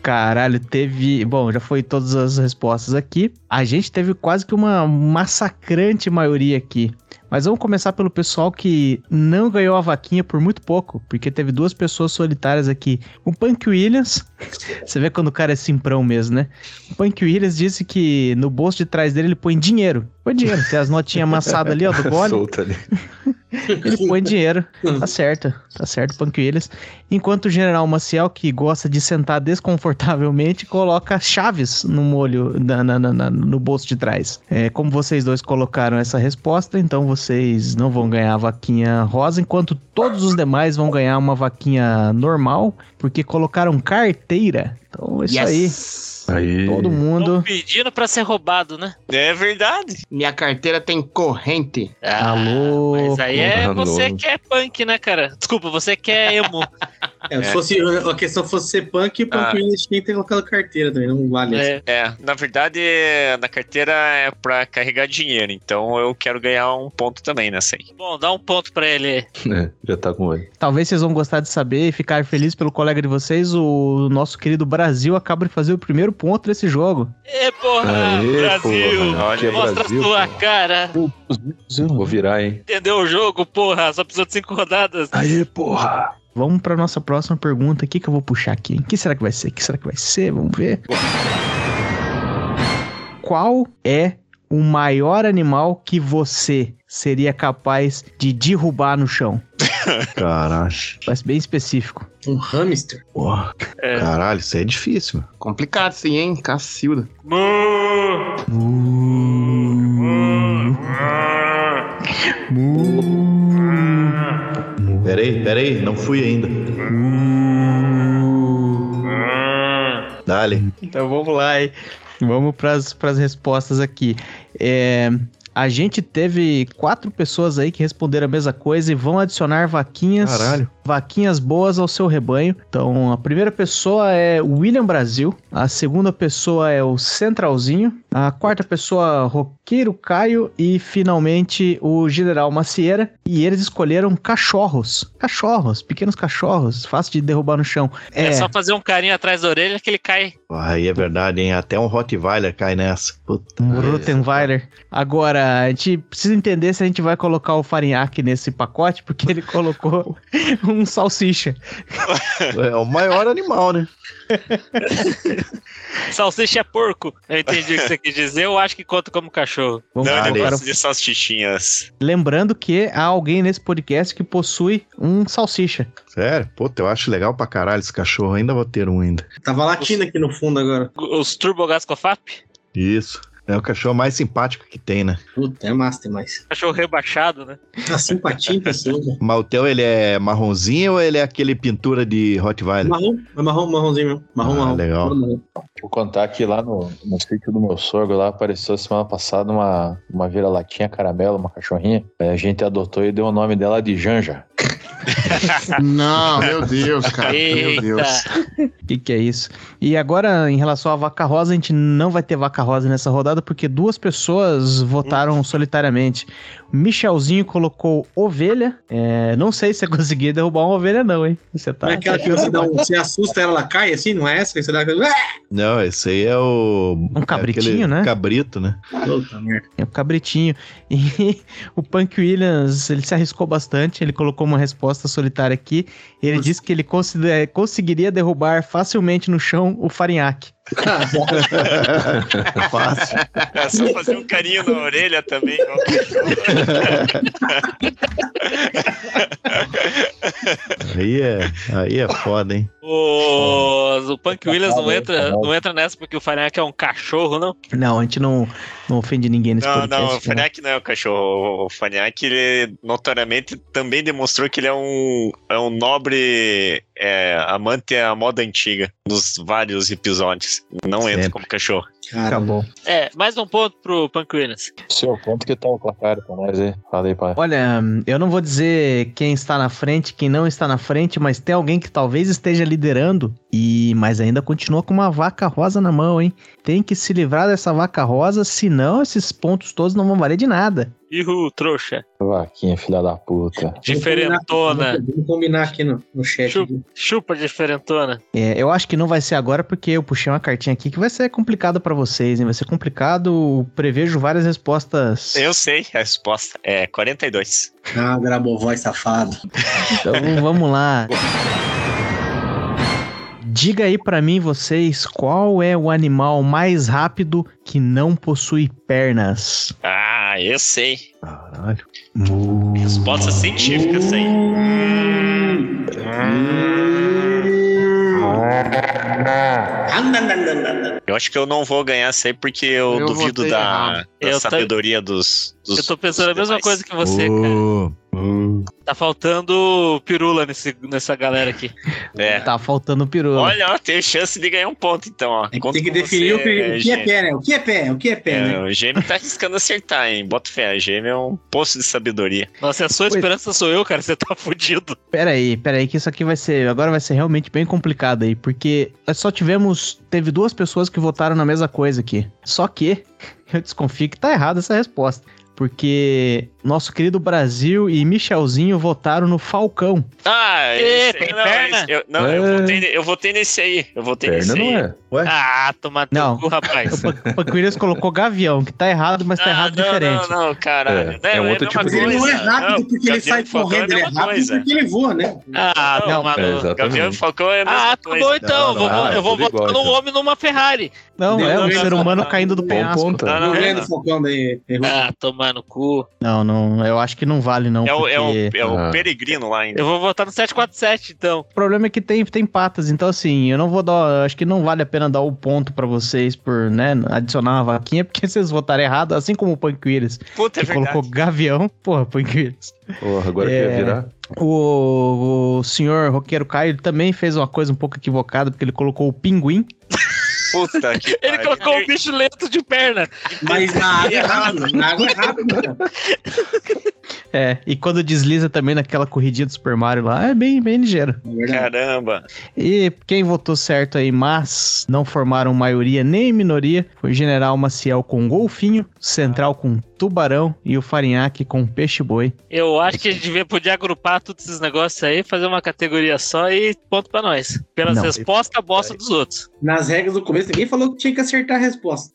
S1: Caralho, teve. Bom, já foi todas as respostas aqui. A gente teve quase que uma massacrante maioria aqui. Mas vamos começar pelo pessoal que não ganhou a vaquinha por muito pouco, porque teve duas pessoas solitárias aqui. O Punk Williams, você vê quando o cara é simprão mesmo, né? O Punk Williams disse que no bolso de trás dele ele põe dinheiro. Põe dinheiro, tem as notinhas amassadas ali, ó, do
S4: é,
S1: gole.
S5: Solta ali.
S1: Ele põe dinheiro. Tá certo. Tá certo, Punk Williams. Enquanto o General Maciel, que gosta de sentar desconfortavelmente, coloca chaves no molho, na- na- na- na- no bolso de trás. É, como vocês dois colocaram essa resposta, então vocês não vão ganhar a vaquinha rosa, enquanto todos os demais vão ganhar uma vaquinha normal, porque colocaram carteira. Então, é isso
S5: Aí.
S1: aí. Todo mundo.
S8: Tão pedindo pra ser roubado, né?
S3: É verdade.
S7: Minha carteira tem corrente.
S1: Alô.
S8: Mas aí é
S1: Ah,
S5: Alô.
S8: você que é punk, né, cara? Desculpa, você que é emo.
S6: É, se fosse, a questão fosse ser punk, o
S3: Ah.
S6: punk eles tinha que ter colocado carteira também, não vale. essa.
S8: É.
S3: É, na verdade, na carteira é pra carregar dinheiro, então eu quero ganhar um ponto também nessa aí.
S8: Bom, dá um ponto pra ele.
S4: É, já tá com ele.
S1: Talvez vocês vão gostar de saber e ficar felizes pelo colega de vocês. O nosso querido Brasil acaba de fazer o primeiro ponto nesse jogo.
S8: Ê, porra,
S4: Aê,
S8: Brasil!
S4: porra,
S3: olha,
S4: que é
S8: Mostra
S4: Brasil,
S8: a tua
S4: porra.
S8: cara.
S4: Vou virar, hein?
S8: Entendeu o jogo, porra? Só precisou de cinco rodadas.
S4: Aê, porra!
S1: Vamos pra nossa próxima pergunta. O que, que eu vou puxar aqui? O que será que vai ser? O que será que vai ser? Vamos ver. Qual é o maior animal que você seria capaz de derrubar no chão?
S2: Caralho.
S1: Mas bem específico.
S6: Um hamster.
S2: Porra.
S3: É.
S2: Caralho, isso aí é difícil. meu.
S7: Complicado sim, hein? Cacilda.
S2: Pera aí, pera aí, não fui ainda. Dale.
S1: Então vamos lá, hein? Vamos pras, pras respostas aqui. É, a gente teve quatro pessoas aí que responderam a mesma coisa e vão adicionar vaquinhas.
S2: Caralho.
S1: Vaquinhas boas ao seu rebanho. Então, a primeira pessoa é o William Brasil. A segunda pessoa é o Centralzinho. A quarta pessoa, Roqueiro Caio. E finalmente o General Macieira. E eles escolheram cachorros. Cachorros, pequenos cachorros, fácil de derrubar no chão.
S8: É. só fazer um carinho atrás da orelha que ele cai.
S2: Aí é verdade, hein? Até um Rottweiler cai nessa. Puta.
S1: Um Rottweiler. Agora, a gente precisa entender se a gente vai colocar o Farinhaque nesse pacote, porque ele colocou um salsicha.
S2: É o maior animal, né?
S8: Salsicha é porco. Eu entendi o que você quis dizer. Eu acho que conta como cachorro.
S1: Vamos
S3: Não,
S1: lá,
S3: eu não
S1: agora.
S3: gosto de salsichinhas.
S1: Lembrando que há alguém nesse podcast que possui um salsicha.
S2: Sério? Puta, eu acho legal pra caralho esse cachorro. Ainda vou ter um ainda.
S6: Tava latindo aqui no fundo agora.
S8: Os turbogascofap?
S2: Isso. É o cachorro mais simpático que tem, né?
S6: Puta, é massa demais.
S8: Cachorro rebaixado, né?
S6: Tá simpatia em pessoa. né? velho.
S2: Mas o teu, ele é marronzinho ou ele é aquele pintura de Rottweiler?
S6: Marrom, é marrom, marronzinho mesmo. Marrom,
S2: Ah,
S6: marrom.
S2: legal.
S6: Marrom.
S5: Vou contar que lá no, no sítio do meu sogro, lá apareceu semana passada uma, uma vira-latinha caramelo, uma cachorrinha. Aí a gente adotou e deu o nome dela de Janja.
S7: Não, meu Deus, cara. Meu Deus.
S8: Eita.
S1: O que, que é isso? E agora, em relação à vaca rosa, a gente não vai ter vaca rosa nessa rodada, porque duas pessoas votaram solitariamente. O Michelzinho colocou ovelha. É, não sei se eu consegui derrubar uma ovelha, não, hein? Você tá.
S6: Não é aquela que você, dá um, você assusta ela, ela cai assim? Não é essa? Que você dá aquela... Ah!
S2: Não, esse aí é o.
S1: Um
S2: é
S1: cabritinho,
S2: aquele
S1: né?
S2: Cabrito, né?
S6: Puta merda.
S1: É o cabritinho. E o Punk Williams, ele se arriscou bastante, ele colocou uma resposta solitária aqui. Ele disse que ele considera- conseguiria derrubar facilmente no chão o Farinhaque.
S2: Fácil.
S3: É só fazer um carinho na orelha também. igual o cachorro.
S2: Aí é, aí é foda, hein?
S8: O, o
S7: Tá
S8: Punk Williams não entra,
S5: Caralho.
S8: não entra nessa porque o Farinhaque é um cachorro, não?
S1: Não, a gente não, não ofende ninguém nesse
S3: Não,
S1: podcast.
S3: não, o
S1: né?
S3: Faniac não é o cachorro. O Faniac, ele notoriamente também demonstrou que ele é um, é um nobre é, amante à moda antiga, nos vários episódios. Não entra
S2: Sempre.
S3: como cachorro.
S1: Tá
S6: Cara,
S1: bom.
S8: É, mais um ponto pro Punk Williams.
S5: Seu ponto que tá o placar pra nós aí. Falei, pai.
S1: Olha, eu não vou dizer quem está na frente, quem não está na frente, mas tem alguém que talvez esteja liderando e mas ainda continua com uma vaca rosa na mão, hein? Tem que se livrar dessa vaca rosa, senão esses pontos todos não vão valer de nada.
S8: Ihu, trouxa.
S5: Vaquinha, filha da puta.
S3: Né?
S8: Diferentona.
S6: Vamos combinar aqui no, no chat.
S8: Chupa. Chupa diferentona.
S1: É, eu acho que não vai ser agora porque eu puxei uma cartinha aqui que vai ser complicado pra vocês, hein? Vai ser complicado. Prevejo várias respostas.
S3: Eu sei a resposta. É 42.
S6: Ah, Grabovoi safado.
S1: Então vamos lá. Diga aí pra mim vocês qual é o animal mais rápido que não possui pernas?
S3: Ah, eu sei.
S2: Caralho.
S3: Resposta científica, eu sei. Eu acho que eu não vou ganhar essa aí porque eu,
S7: Eu
S3: duvido
S7: votei
S3: da,
S7: errado.
S3: da
S8: Eu tam-
S3: sabedoria dos, dos.
S8: Eu tô pensando a
S3: dos
S8: mesma
S3: demais.
S8: coisa que você, cara.
S2: Ô, ô.
S8: Tá faltando pirula nesse, nessa galera aqui.
S3: É.
S1: Tá faltando pirula.
S3: Olha, ó, tem chance de ganhar um ponto, então, ó.
S6: Tem que,
S3: Conto
S6: tem que
S3: com
S6: definir o
S3: você,
S6: que, o que é
S3: gêmeo.
S6: pé, né? O que é pé? O que é pé,
S3: É,
S6: né?
S3: o gêmeo tá arriscando acertar, hein? Bota fé, a gêmeo é um poço de sabedoria.
S8: Nossa, é a sua
S1: Pois-
S8: esperança sou eu, cara. Você tá fudido.
S1: Pera aí, pera aí, que isso aqui vai ser. Agora vai ser realmente bem complicado aí, porque nós só tivemos. Teve duas pessoas que votaram na mesma coisa aqui. Só que eu desconfio que tá errada essa resposta. Porque nosso querido Brasil e Michelzinho votaram no Falcão.
S3: Ah,
S8: Ê,
S3: esse-
S8: tem
S3: não,
S8: perna?
S3: esse- eu, não, eu
S4: É.
S3: votei, ne- eu votei nesse aí. Eu votei
S4: Perna
S3: nesse aí.
S4: não é.
S8: Ah, toma
S1: Não.
S8: teu cu, rapaz.
S1: O Paquiris colocou Gavião, que tá errado, mas tá
S3: Ah,
S1: errado
S3: não,
S1: diferente.
S3: Não, não, caralho.
S4: É,
S3: Não,
S4: é um outro
S3: a
S4: tipo
S3: mesma
S6: Mas ele não é
S3: coisa.
S6: rápido
S3: Não,
S6: porque ele
S3: Gavião
S6: sai
S3: e Falcão
S6: correndo, ele é
S3: mesma
S6: rápido
S3: coisa.
S6: porque ele voa, né?
S8: Ah,
S3: Não,
S8: toma
S4: é,
S8: no.
S4: exato.
S3: Gavião e Falcão é a mesma
S8: Ah, tá
S3: coisa.
S8: bom
S2: Não, não,
S8: então. vou-
S4: não,
S8: eu
S4: é
S8: vou
S4: tudo igual,
S8: votar num
S4: então.
S8: homem numa Ferrari.
S1: Não,
S6: Não,
S1: é um
S6: não,
S1: ser
S6: não,
S1: humano
S6: não.
S1: caindo do
S4: Bom
S1: penhasco.
S4: ponto.
S3: Não,
S6: Não
S3: não,
S6: vendo
S3: não.
S6: o Falcão daí. errou.
S8: Ah, tomar no cu.
S1: Não, não, eu acho que não vale, não.
S3: É o, é o,
S1: porque-
S3: é o
S4: Ah.
S3: peregrino lá ainda.
S8: Eu vou votar no 747, então.
S1: O problema é que tem, tem patas, então assim, eu não vou dar. eu Acho que não vale a pena dar o ponto pra vocês por, né, adicionar uma vaquinha, porque vocês votaram errado, assim como o Panqueiras,
S3: Puta, é
S1: que
S3: verdade.
S1: colocou Gavião. Porra, Panqueiras.
S4: Porra, agora que
S1: É.
S4: ia virar.
S1: O, o senhor Roqueiro Caio ele também fez uma coisa um pouco equivocada, porque ele colocou o pinguim.
S3: Puta que
S8: Ele
S3: pariu.
S8: colocou
S4: É
S8: um bicho lento de perna.
S6: Mas na água é rápido, na água é rápido. cara.
S1: É, e quando desliza também naquela corridinha do Super Mario lá, é bem, bem ligeiro.
S6: Na verdade.
S3: Caramba.
S1: E quem votou certo aí, mas não formaram maioria nem minoria, foi o General Maciel com um golfinho, Central com um tubarão e o Farinhaque com um peixe-boi.
S8: Eu acho que a gente devia, podia agrupar todos esses negócios aí, fazer uma categoria só e ponto pra nós. Pelas
S1: Não.
S8: respostas, bosta dos outros.
S6: Nas regras do começo, ninguém falou que tinha que acertar a resposta.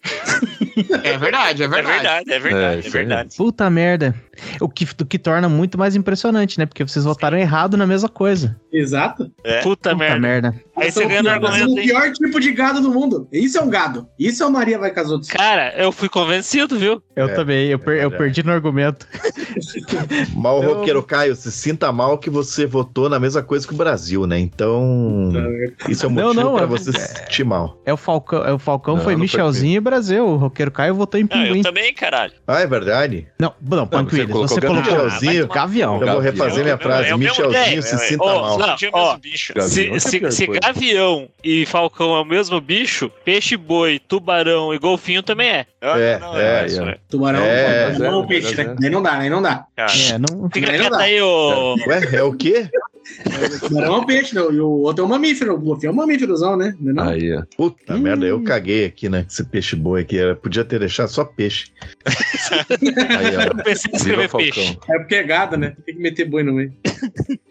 S7: É verdade, é
S3: É
S7: verdade.
S3: verdade, é verdade,
S4: É,
S3: é,
S4: isso aí.
S3: verdade.
S1: Puta merda. O que, o que torna muito mais impressionante, né? Porque vocês votaram errado na mesma coisa.
S6: Exato.
S3: É.
S8: Puta,
S1: Puta merda.
S8: merda. Aí
S6: Nós
S8: você
S6: somos
S8: ganha no
S6: o pior- nós
S8: argumento,
S6: somos o
S8: hein?
S6: pior tipo de gado do mundo. Isso é um gado. Isso é o Maria vai com as outras.
S8: Cara, eu fui convencido, viu?
S1: Eu
S2: É,
S1: também, eu, per- eu
S2: verdade.
S1: perdi no argumento.
S2: Mal
S1: Eu-
S2: roqueiro Caio, se sinta mal que você votou na mesma coisa que o Brasil, né? Então, isso é um
S1: Não,
S2: motivo
S1: não,
S2: pra
S1: é-
S2: você se sentir mal.
S1: É o Falcão, é o Falcão
S4: Não,
S1: foi
S4: não foi
S1: Michelzinho e Brasil. O Roqueiro Caio votou em
S3: Ah,
S1: Pinguim.
S3: eu também, caralho.
S2: Ah, é verdade?
S1: Não, não, Panquilhas,
S4: colocou
S1: você
S4: Gavião.
S1: colocou
S2: Michelzinho.
S1: Gavião.
S2: eu vou
S4: Gavião.
S2: refazer minha
S3: É o
S2: frase.
S3: mesmo- é o mesmo
S2: Michelzinho,
S3: ideia,
S2: se
S3: é,
S2: sinta
S8: ó,
S2: mal.
S8: não,
S3: Não, tinha o
S8: ó,
S3: mesmo bicho.
S4: Gavião
S8: Se,
S5: tá
S4: é
S8: se-
S4: pior
S8: se
S4: coisa.
S8: gavião e falcão é o mesmo bicho, peixe-boi, tubarão e golfinho também é.
S3: Ah,
S2: É,
S3: não, é,
S4: é,
S3: isso,
S4: é.
S3: é.
S6: Tubarão,
S2: É,
S6: não, não,
S4: é,
S6: peixe,
S4: é,
S6: né?
S4: é.
S6: Daí não dá, daí não dá.
S3: Cara,
S1: É, não,
S8: Fica
S6: Também não
S8: quieto
S6: dá.
S8: aí, ô.
S2: Ué, é o quê?
S6: Tubarão é um peixe, não. E o outro é um mamífero. O golfinho é um mamíferozão, né? Não é não?
S4: Aí, ó.
S1: Hum.
S2: Puta merda, eu caguei aqui, né? Esse peixe boi aqui. Era, podia ter deixado só peixe.
S4: Aí, ó.
S8: Eu pensei
S4: Viva
S8: em escrever peixe.
S4: Falcão.
S6: É porque é gado, né? Tem que meter boi no meio.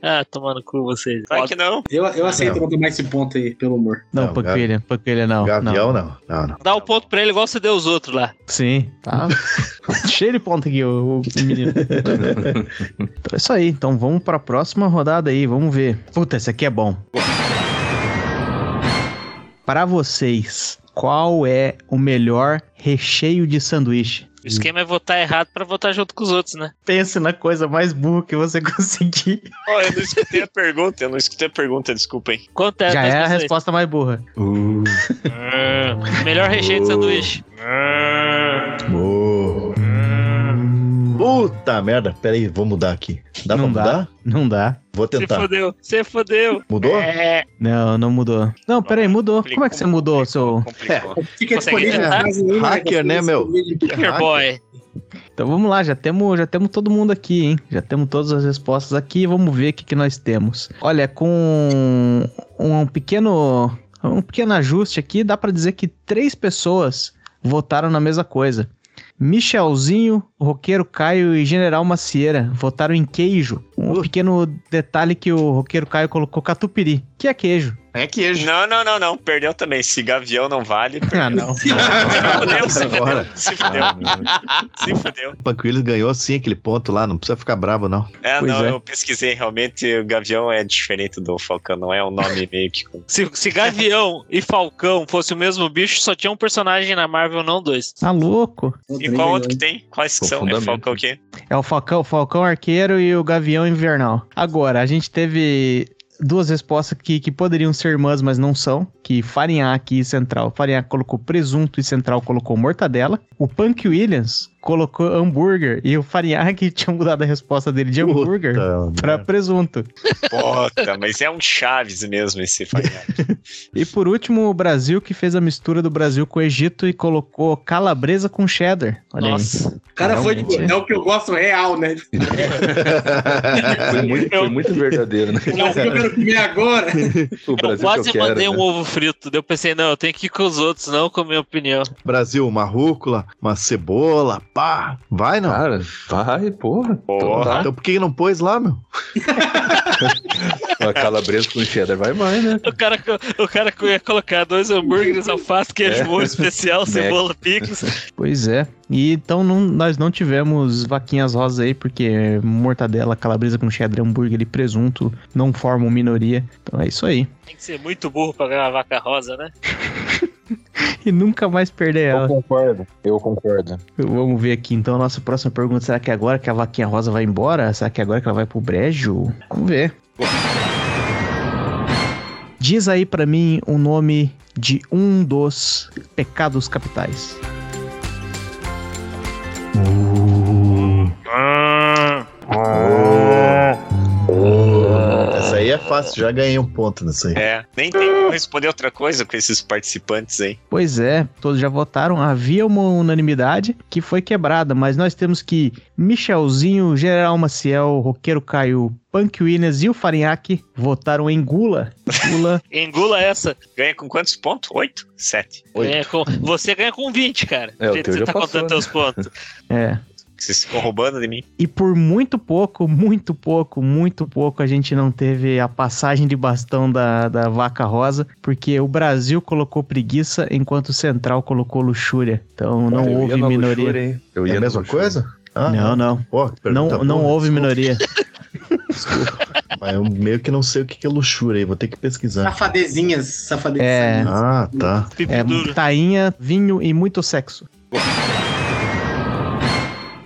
S8: Ah, tomando cu vocês.
S3: Vai que não.
S6: Eu, eu aceito
S2: Não.
S6: não. tomar esse ponto aí, pelo amor.
S1: não,
S2: Não,
S1: Panquilha, Panquilha não. não.
S2: Gavião, não. Não, não.
S8: Dá o um ponto pra ele igual você deu os outros lá.
S1: Sim, tá. Cheio de ponto aqui, o, o menino. então é isso aí. Então vamos pra próxima rodada aí, vamos ver. Puta, esse aqui é bom. Pra vocês, qual é o melhor recheio de sanduíche?
S4: Hum.
S8: O esquema é votar errado pra votar junto com os outros, né?
S1: Pense na coisa mais burra que você conseguir.
S3: Ó, eu não escutei a pergunta, eu não escutei a pergunta, desculpa, hein.
S8: Quanto é?
S1: Já
S8: das
S1: é a
S8: pessoas?
S1: resposta mais burra.
S4: Uh,
S8: Ah, Melhor recheio de sanduíche.
S4: Ah.
S2: Ô. Puta merda. Pera aí, vou mudar aqui. Dá
S1: Não
S2: pra
S1: dá.
S2: mudar?
S1: Não dá.
S2: Vou
S8: Você
S2: tentar.
S8: fodeu, você fodeu.
S2: Mudou?
S8: É,
S1: Não, não mudou. Não, peraí, mudou. Como é que você mudou, seu.
S3: Complicou.
S6: Fica
S8: Consegue
S6: disponível.
S8: tentar?
S6: frase nenhuma, né?
S2: Hacker, né, meu?
S8: Hacker Boy.
S1: Então vamos lá, já temos, já temos todo mundo aqui, hein? Já temos todas as respostas aqui, vamos ver o que, que nós temos. Olha, com um pequeno um pequeno ajuste aqui, dá pra dizer que três pessoas votaram na mesma coisa. Michelzinho, Roqueiro Caio e General Macieira votaram em queijo. Um pequeno detalhe que o Roqueiro Caio colocou catupiry, que é queijo.
S7: É queijo.
S3: Não, não, não, não. Perdeu também. Se Gavião não vale,
S1: Ah,
S3: perdeu.
S1: não.
S3: Se fudeu, se
S2: Agora.
S3: fudeu, se fudeu, se fudeu.
S2: O Panquilhos ganhou sim aquele ponto lá. Não precisa ficar bravo, não.
S3: É,
S1: Pois
S3: não,
S1: é.
S3: eu pesquisei realmente. O Gavião é diferente do Falcão, não é um nome meio que. com-
S8: Se, se Gavião e Falcão fossem o mesmo bicho, só tinha um personagem na Marvel, não dois.
S1: Tá louco.
S3: E qual
S6: né?
S3: outro que tem? Quais que são? É
S4: Confundamento.
S3: Falcão o quê?
S1: É o Falcão, o Falcão Arqueiro e o Gavião Invernal. Agora, a gente teve duas respostas que, que poderiam ser irmãs, mas não são, que Farinhaque e Central. Farinhaque colocou presunto e Central colocou mortadela. O Punk Williams colocou hambúrguer e o Farinhaque tinha mudado a resposta dele de hambúrguer
S2: Puta,
S1: pra presunto.
S3: Puta, mas é um Chaves mesmo esse Farinhaque.
S1: E por último, o Brasil que fez a mistura do Brasil com o Egito e colocou calabresa com cheddar. Olha aí.
S8: Nossa.
S6: O cara foi de
S4: Realmente,
S6: é o que eu gosto real, né?
S4: Foi muito, foi muito verdadeiro, né?
S6: O Brasil eu quero comer agora.
S4: O
S8: Eu
S4: Brasil
S8: quase
S4: que eu quero.
S8: mandei um
S4: né?
S8: ovo frito. Daí eu pensei, não, eu tenho que ir com os outros, não com a minha opinião.
S2: Brasil, uma rúcula, uma cebola, pá. Vai, não.
S5: Ah,
S4: Cara, vai, porra. Então tá.
S2: Então por que não pôs lá, meu?
S4: Uma calabresa com cheddar vai mais, né?
S8: O cara, co- o cara co- ia colocar dois hambúrgueres, alface, queijo
S4: É.
S8: molho especial,
S4: Mac.
S8: cebola, picles.
S1: Pois é. E então não- nós não tivemos vaquinhas rosas aí, porque mortadela, calabresa com cheddar, hambúrguer e presunto não formam minoria. Então é isso aí.
S8: Tem que ser muito burro pra ganhar vaca rosa, né?
S1: E nunca mais perder
S5: Eu
S1: ela.
S5: concordo, eu concordo.
S1: Vamos ver aqui então a nossa próxima pergunta. Será que é agora que a vaquinha rosa vai embora? Será que é agora que ela vai pro brejo? Vamos ver. Diz aí pra mim o nome de um dos pecados capitais.
S2: Essa aí é fácil, já ganhei um ponto nessa aí.
S3: É, nem tem como responder outra coisa com esses participantes aí.
S1: Pois é, todos já votaram. Havia uma unanimidade que foi quebrada, mas nós temos que Michelzinho, General Maciel, Roqueiro Caio, Punk Williams e o Farinhaque votaram em Gula. Gula.
S8: Engula essa.
S3: Ganha com quantos pontos? Oito? Sete.
S8: Ganha com- você ganha com 20, cara.
S4: É, o
S8: Você
S4: teu já
S8: tá
S4: passou,
S8: contando
S4: né?
S8: teus pontos.
S1: é.
S3: Vocês ficam roubando de mim.
S1: E por muito pouco, muito pouco, muito pouco a gente não teve a passagem de bastão da, da vaca rosa, porque o Brasil colocou preguiça enquanto o Central colocou luxúria. Então não
S4: Eu ia
S1: houve
S4: na
S1: minoria.
S4: luxúria, hein? Eu ia
S2: é
S4: na
S2: a mesma
S4: luxúria.
S2: coisa? Ah,
S1: Não, não.
S2: Pô, que
S1: Não,
S2: pergunta
S1: não
S2: boa.
S1: houve minoria.
S2: Mas eu meio que não sei o que que é luxúria aí, vou ter que pesquisar.
S6: Safadezinhas, safadezinhas.
S2: Ah, tá.
S8: Pipi
S1: É,
S8: duro.
S1: tainha, vinho e muito sexo.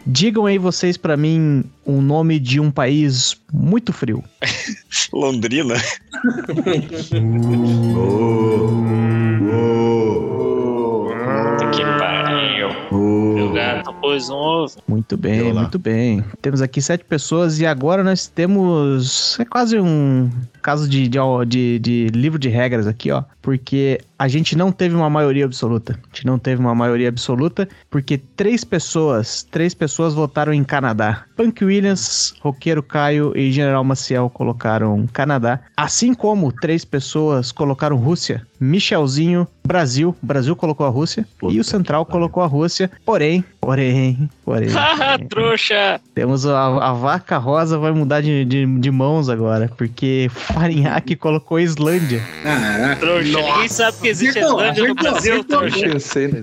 S1: Digam aí vocês pra mim o nome de um país muito frio.
S3: Londrina. Puta que pariu.
S4: Uh.
S8: O gato pôs um ovo.
S1: Muito bem,
S2: Eu lá.
S1: muito bem. Temos aqui sete pessoas e agora nós temos. É quase um caso de, de, de- de livro de regras aqui, ó. Porque a gente não teve uma maioria absoluta. A gente não teve uma maioria absoluta porque três pessoas, três pessoas votaram em Canadá. Punk Williams, Roqueiro Caio e General Maciel colocaram Canadá. Assim como três pessoas colocaram Rússia. Michelzinho, Brasil. Brasil colocou a Rússia. e
S2: Puta
S1: o Central
S2: que pariu.
S1: colocou a Rússia. Porém, porém,
S3: É.
S1: porém.
S8: Haha, trouxa!
S1: Temos a, a vaca rosa vai mudar de, de, de mãos agora, porque Farinhaque colocou a Islândia.
S6: Caraca.
S8: Trouxa. Ninguém sabe que existe
S6: Acertou,
S8: Islândia no Brasil,
S6: acertou, acertou.
S8: trouxa.
S4: Eu sei, né?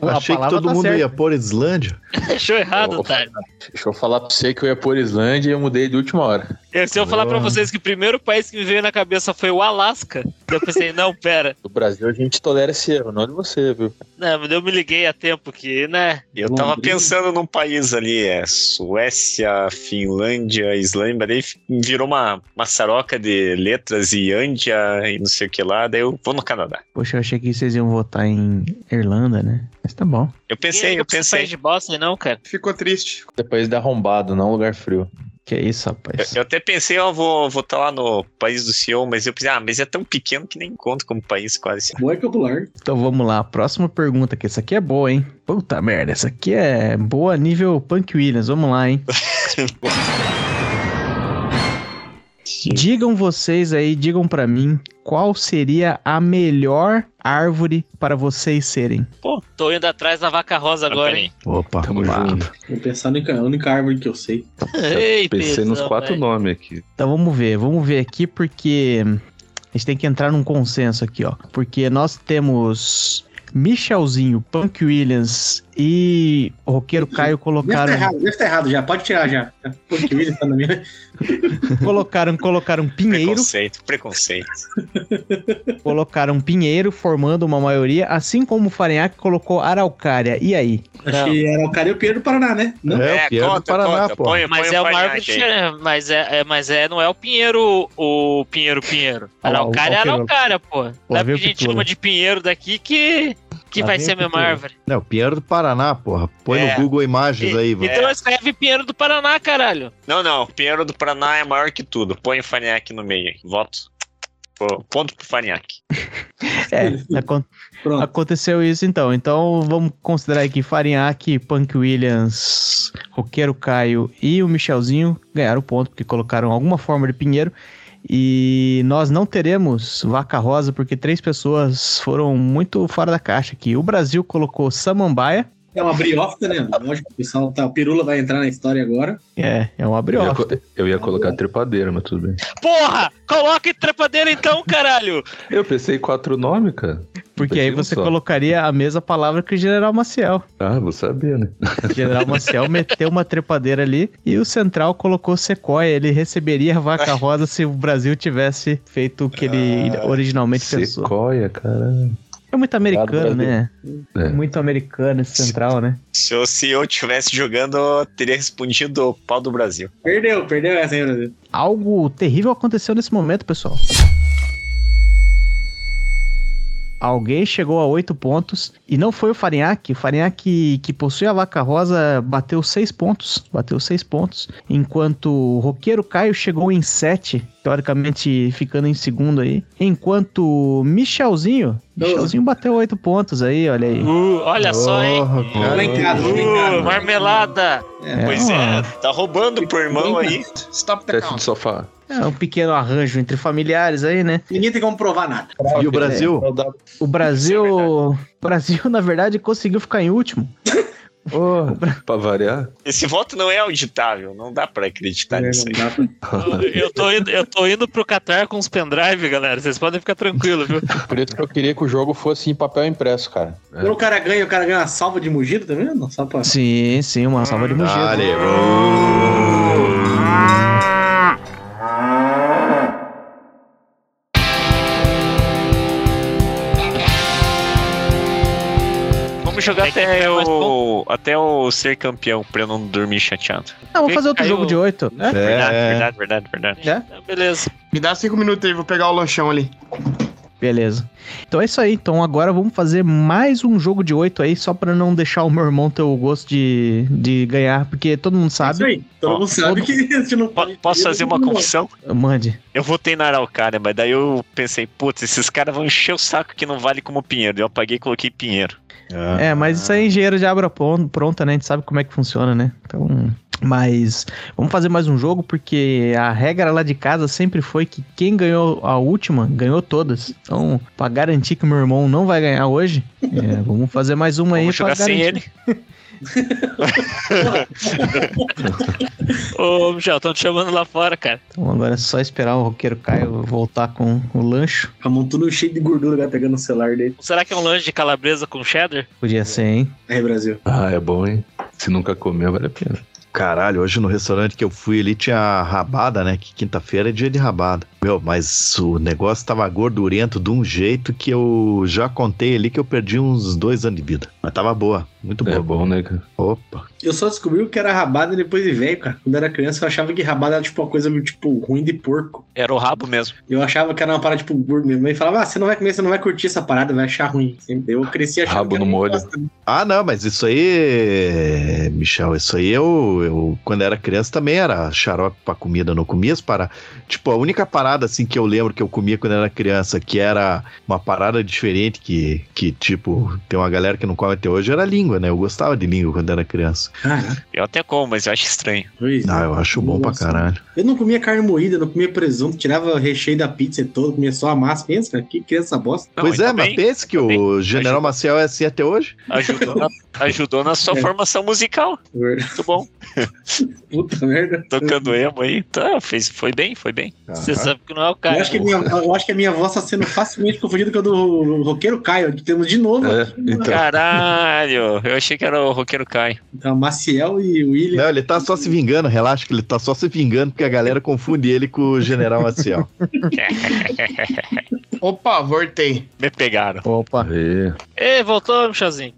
S1: A
S2: Achei que
S1: palavra
S2: todo
S1: tá
S2: mundo
S1: certa.
S2: ia pôr Islândia.
S8: Achou errado,
S4: Oh.
S5: Ô,
S8: otário.
S5: Deixa eu falar pra você que eu ia por Islândia e eu mudei de última hora.
S8: E Se eu falar pra vocês que o primeiro país que me veio na cabeça foi o Alasca, eu pensei, não, pera.
S5: No Brasil a gente tolera esse erro, não de você, viu?
S8: Não, mas eu me liguei a tempo que, né?
S3: Eu tava
S5: Londrina.
S3: pensando num país ali, é Suécia, Finlândia, Islândia, daí virou uma maçaroca de letras e Ândia e não sei o que lá, daí eu vou no Canadá.
S1: Poxa, eu achei que vocês iam votar em Irlanda, né? Mas tá bom.
S3: Eu
S8: Ninguém
S3: pensei,
S8: liga
S3: eu
S8: pra esse
S3: pensei.
S8: país de bosta, não, cara.
S7: Ficou triste.
S5: Depois da arrombado, não lugar frio.
S1: Que isso, rapaz.
S3: Eu até pensei, ó, vou votar lá no país do Sion, mas eu pensei, ah, mas é tão pequeno que nem conta como país quase.
S6: é Molecular.
S1: Então vamos lá, próxima pergunta, que essa aqui é boa, hein? Puta merda, essa aqui é boa nível Punk Williams, vamos lá, hein? digam vocês aí, digam pra mim, qual seria a melhor árvore para vocês serem?
S8: Pô, tô indo atrás da vaca rosa agora, hein?
S2: Opa,
S4: Tamo
S2: pá.
S4: junto.
S6: Vou pensar na única- a única árvore que eu sei.
S8: Ei,
S4: Pensei nos
S8: tesão, né?
S4: quatro
S8: velho.
S4: nomes aqui.
S1: Então vamos ver, vamos ver aqui porque a gente tem que entrar num consenso aqui, ó. Porque nós temos Michelzinho, Punk Williams e o roqueiro Caio
S6: Deve estar
S1: colocaram,
S6: errado, deve estar errado já. Pode tirar já. Porque o William tá na minha.
S1: colocaram, colocaram
S2: É
S1: Pinheiro,
S3: Preconceito, preconceito.
S1: colocaram Pinheiro formando uma maioria, assim como o Farinhaque colocou Araucária. E aí?
S6: Acho que era o cara e o Pedro do Paraná, né? Não?
S2: É, o Pierre do Paraná, pô.
S3: Põe,
S8: Mas
S3: põe
S8: é
S3: o
S8: uma árvore
S3: Farinhaque aí.
S8: diferente. Mas, é, é- mas é, não é o Pinheiro, o Pinheiro Pinheiro.
S1: Olha lá, o-
S8: Araucária é
S1: o Pinheiro.
S8: Araucária, pô. Não é
S1: veio
S8: porque
S1: o
S8: a gente
S1: Pitula.
S8: chama de Pinheiro daqui que que
S2: Lá
S8: vai
S2: vem
S8: ser
S2: o
S8: a mesma
S2: Pinheiro.
S8: árvore.
S2: Não, Pinheiro do Paraná, porra. Põe
S3: É.
S2: no Google Imagens aí, vô.
S8: Então escreve Pinheiro do Paraná, caralho.
S3: Não, não. Pinheiro do Paraná é maior que tudo. Põe Faniac no meio. aí. Voto. Pô, Ponto pro Faniac.
S1: É, acon-
S6: Pronto.
S1: aconteceu isso então. Então vamos considerar aqui Farinhaque, Punk Williams, Roqueiro Caio e o Michelzinho ganharam o ponto, porque colocaram alguma forma de Pinheiro. E nós não teremos vaca rosa, porque três pessoas foram muito fora da caixa aqui. O Brasil colocou Samambaia,
S6: É uma briófita, né? Lógico, o pessoal tá. O Pirula vai entrar na história agora.
S1: é, é um
S4: Eu ia,
S1: abriófilo.
S4: co- eu ia colocar trepadeira, mas tudo bem.
S8: Porra! Coloca trepadeira então, caralho!
S4: Eu pensei quatro nomes, cara.
S1: Porque aí
S4: Pensei um
S1: você
S4: só.
S1: colocaria a mesma palavra que o General Maciel.
S4: Ah, vou saber, né?
S1: O General Maciel meteu uma trepadeira ali e o Central colocou Sequoia. Ele receberia a vaca rosa se o Brasil tivesse feito o que ele originalmente pensou.
S4: Sequoia, cara.
S1: É muito americano,
S5: Obrigado,
S1: né?
S4: É.
S1: Muito americano esse Central, né?
S3: Se eu, se eu tivesse jogando, eu teria respondido o pau do Brasil.
S6: Perdeu, perdeu essa, hein, Brasil?
S1: Algo terrível aconteceu nesse momento, pessoal. Alguém chegou a oito pontos e não foi o Farinhaque. O Farinhaque que possui a vaca rosa bateu seis pontos. Bateu seis pontos. Enquanto o Roqueiro Caio chegou em sete, teoricamente ficando em segundo aí. Enquanto o Michelzinho.
S6: Doze.
S1: Michelzinho bateu oito pontos aí, olha aí.
S8: Uh, olha só, hein?
S2: Porra, cara.
S6: Lá em casa, lá em
S8: Uh,
S6: casa.
S8: marmelada!
S1: É,
S3: Pois
S1: uma-
S3: é, tá roubando pro irmão aí.
S7: Stop
S5: Tá
S7: the
S4: Teste de
S7: count.
S4: sofá.
S1: é um pequeno arranjo entre familiares aí, né?
S6: Ninguém tem como provar nada.
S2: E o Brasil?
S5: Então dá-
S1: O Brasil, o Brasil, na verdade, conseguiu ficar em último.
S4: Oh, pra variar?
S3: Esse voto não é auditável, não dá pra acreditar nisso aí.
S6: É, Não dá pra-
S8: Eu tô, indo, eu tô indo pro Qatar com os pendrive, galera. Vocês podem ficar tranquilos, viu?
S5: Por isso que eu queria que o jogo fosse em papel impresso, cara.
S6: Quando o cara ganha, o cara ganha uma salva de mugido, tá vendo? Só pra...
S1: Sim, sim, uma salva de mugido.
S2: Dale, bro.
S3: Vamos jogar
S8: É que
S3: até
S8: é mais
S3: o, até o ser campeão, pra eu não dormir chateado.
S1: Não, vamos fazer outro
S8: Caiu.
S1: jogo de oito, né?
S3: Verdade,
S2: É,
S3: verdade, verdade, verdade.
S1: É?
S8: Então, beleza.
S7: Me dá cinco minutos aí, vou pegar o lanchão ali.
S1: Beleza. Então é isso aí. Então agora vamos fazer mais um jogo de oito aí, só pra não deixar o meu irmão ter o gosto de, de ganhar, porque todo mundo
S6: Isso
S1: sabe.
S6: aí. Todo
S3: Ó,
S6: mundo sabe que a gente não
S3: Po- Posso fazer uma confissão?
S1: Mande.
S3: Eu votei na Araucária, mas daí eu pensei, putz, esses caras vão encher o saco que não vale como Pinheiro. Eu apaguei e coloquei Pinheiro.
S1: É, mas isso aí engenheiro de abra pon- pronta, né? A gente sabe como é que funciona, né? Então. Mas vamos fazer mais um jogo, porque a regra lá de casa sempre foi que quem ganhou a última, ganhou todas. Então, pra garantir que meu irmão não vai ganhar hoje, é, vamos fazer mais uma aí
S3: Vamos
S1: pra
S3: jogar sem
S1: garantir.
S3: ele.
S8: Ô, Michel, estão te chamando lá fora, cara.
S1: Então agora é só esperar o roqueiro Caio voltar com o lancho.
S6: A mão tudo um cheio de gordura, vai pegando o celular dele.
S8: Será que é um lanche de calabresa com cheddar?
S1: Podia ser, hein?
S6: Aí, Brasil.
S4: Ah, é bom, hein? Se nunca comer, vale a pena.
S2: Caralho, hoje no restaurante que eu fui ali tinha rabada, né? Que quinta-feira é dia de rabada. Meu, mas o negócio tava gordurento de um jeito que eu já contei ali que eu perdi uns dois anos de vida. Mas tava boa, muito
S4: É
S2: boa.
S4: bom, né, cara?
S2: Opa.
S6: Eu só descobri o que era rabada depois de velho, cara. Quando eu era criança, eu achava que rabada era tipo uma coisa meio, tipo ruim de porco.
S3: Era o rabo mesmo.
S6: Eu achava que era uma parada tipo gordo. Minha mãe falava, ah, você não vai comer, você não vai curtir essa parada, vai achar ruim. Sempre- Eu cresci achando
S4: Rabo
S6: que era
S4: no
S6: uma
S4: molho.
S6: bosta.
S2: Ah, não, mas isso aí, Michel, isso aí eu, eu quando era criança também era xarope pra comida, não comia as paradas. Tipo, a única parada assim que eu lembro que eu comia quando era criança, que era uma parada diferente que, que tipo, tem uma galera que não come até hoje, era língua, né? Eu gostava de língua quando era criança.
S6: Caraca,
S3: Eu até como, mas eu acho estranho.
S6: pois é.
S2: Ah, eu acho bom pra
S6: Nossa.
S2: caralho.
S6: Eu não comia carne moída, não comia presunto, tirava o recheio da pizza todo, comia só a massa. Pensa, cara, que criança bosta.
S3: Não,
S2: pois
S3: ainda
S2: é, mas
S3: bem,
S2: pense que
S3: ainda
S2: o General
S3: Ajuda.
S2: Maciel é assim até hoje.
S3: Ajudou na, ajudou na sua
S6: É.
S3: formação musical. Muito bom.
S6: Puta merda.
S3: Tocando emo aí. Tá, fez, foi bem, foi bem.
S8: Você sabe que não é o cara.
S6: Eu acho, que a minha, eu acho que a minha voz tá sendo facilmente confundida com a do roqueiro Caio, que temos de novo.
S4: É, então.
S3: Caralho, eu achei que era o roqueiro Caio.
S6: Então, Maciel e William.
S2: Não, ele tá só se vingando, relaxa que ele tá só se vingando porque a galera confunde ele com o General Maciel.
S7: Opa, voltei.
S3: Me pegaram.
S1: Opa.
S4: Aê.
S8: Ei, voltou, Michelzinho.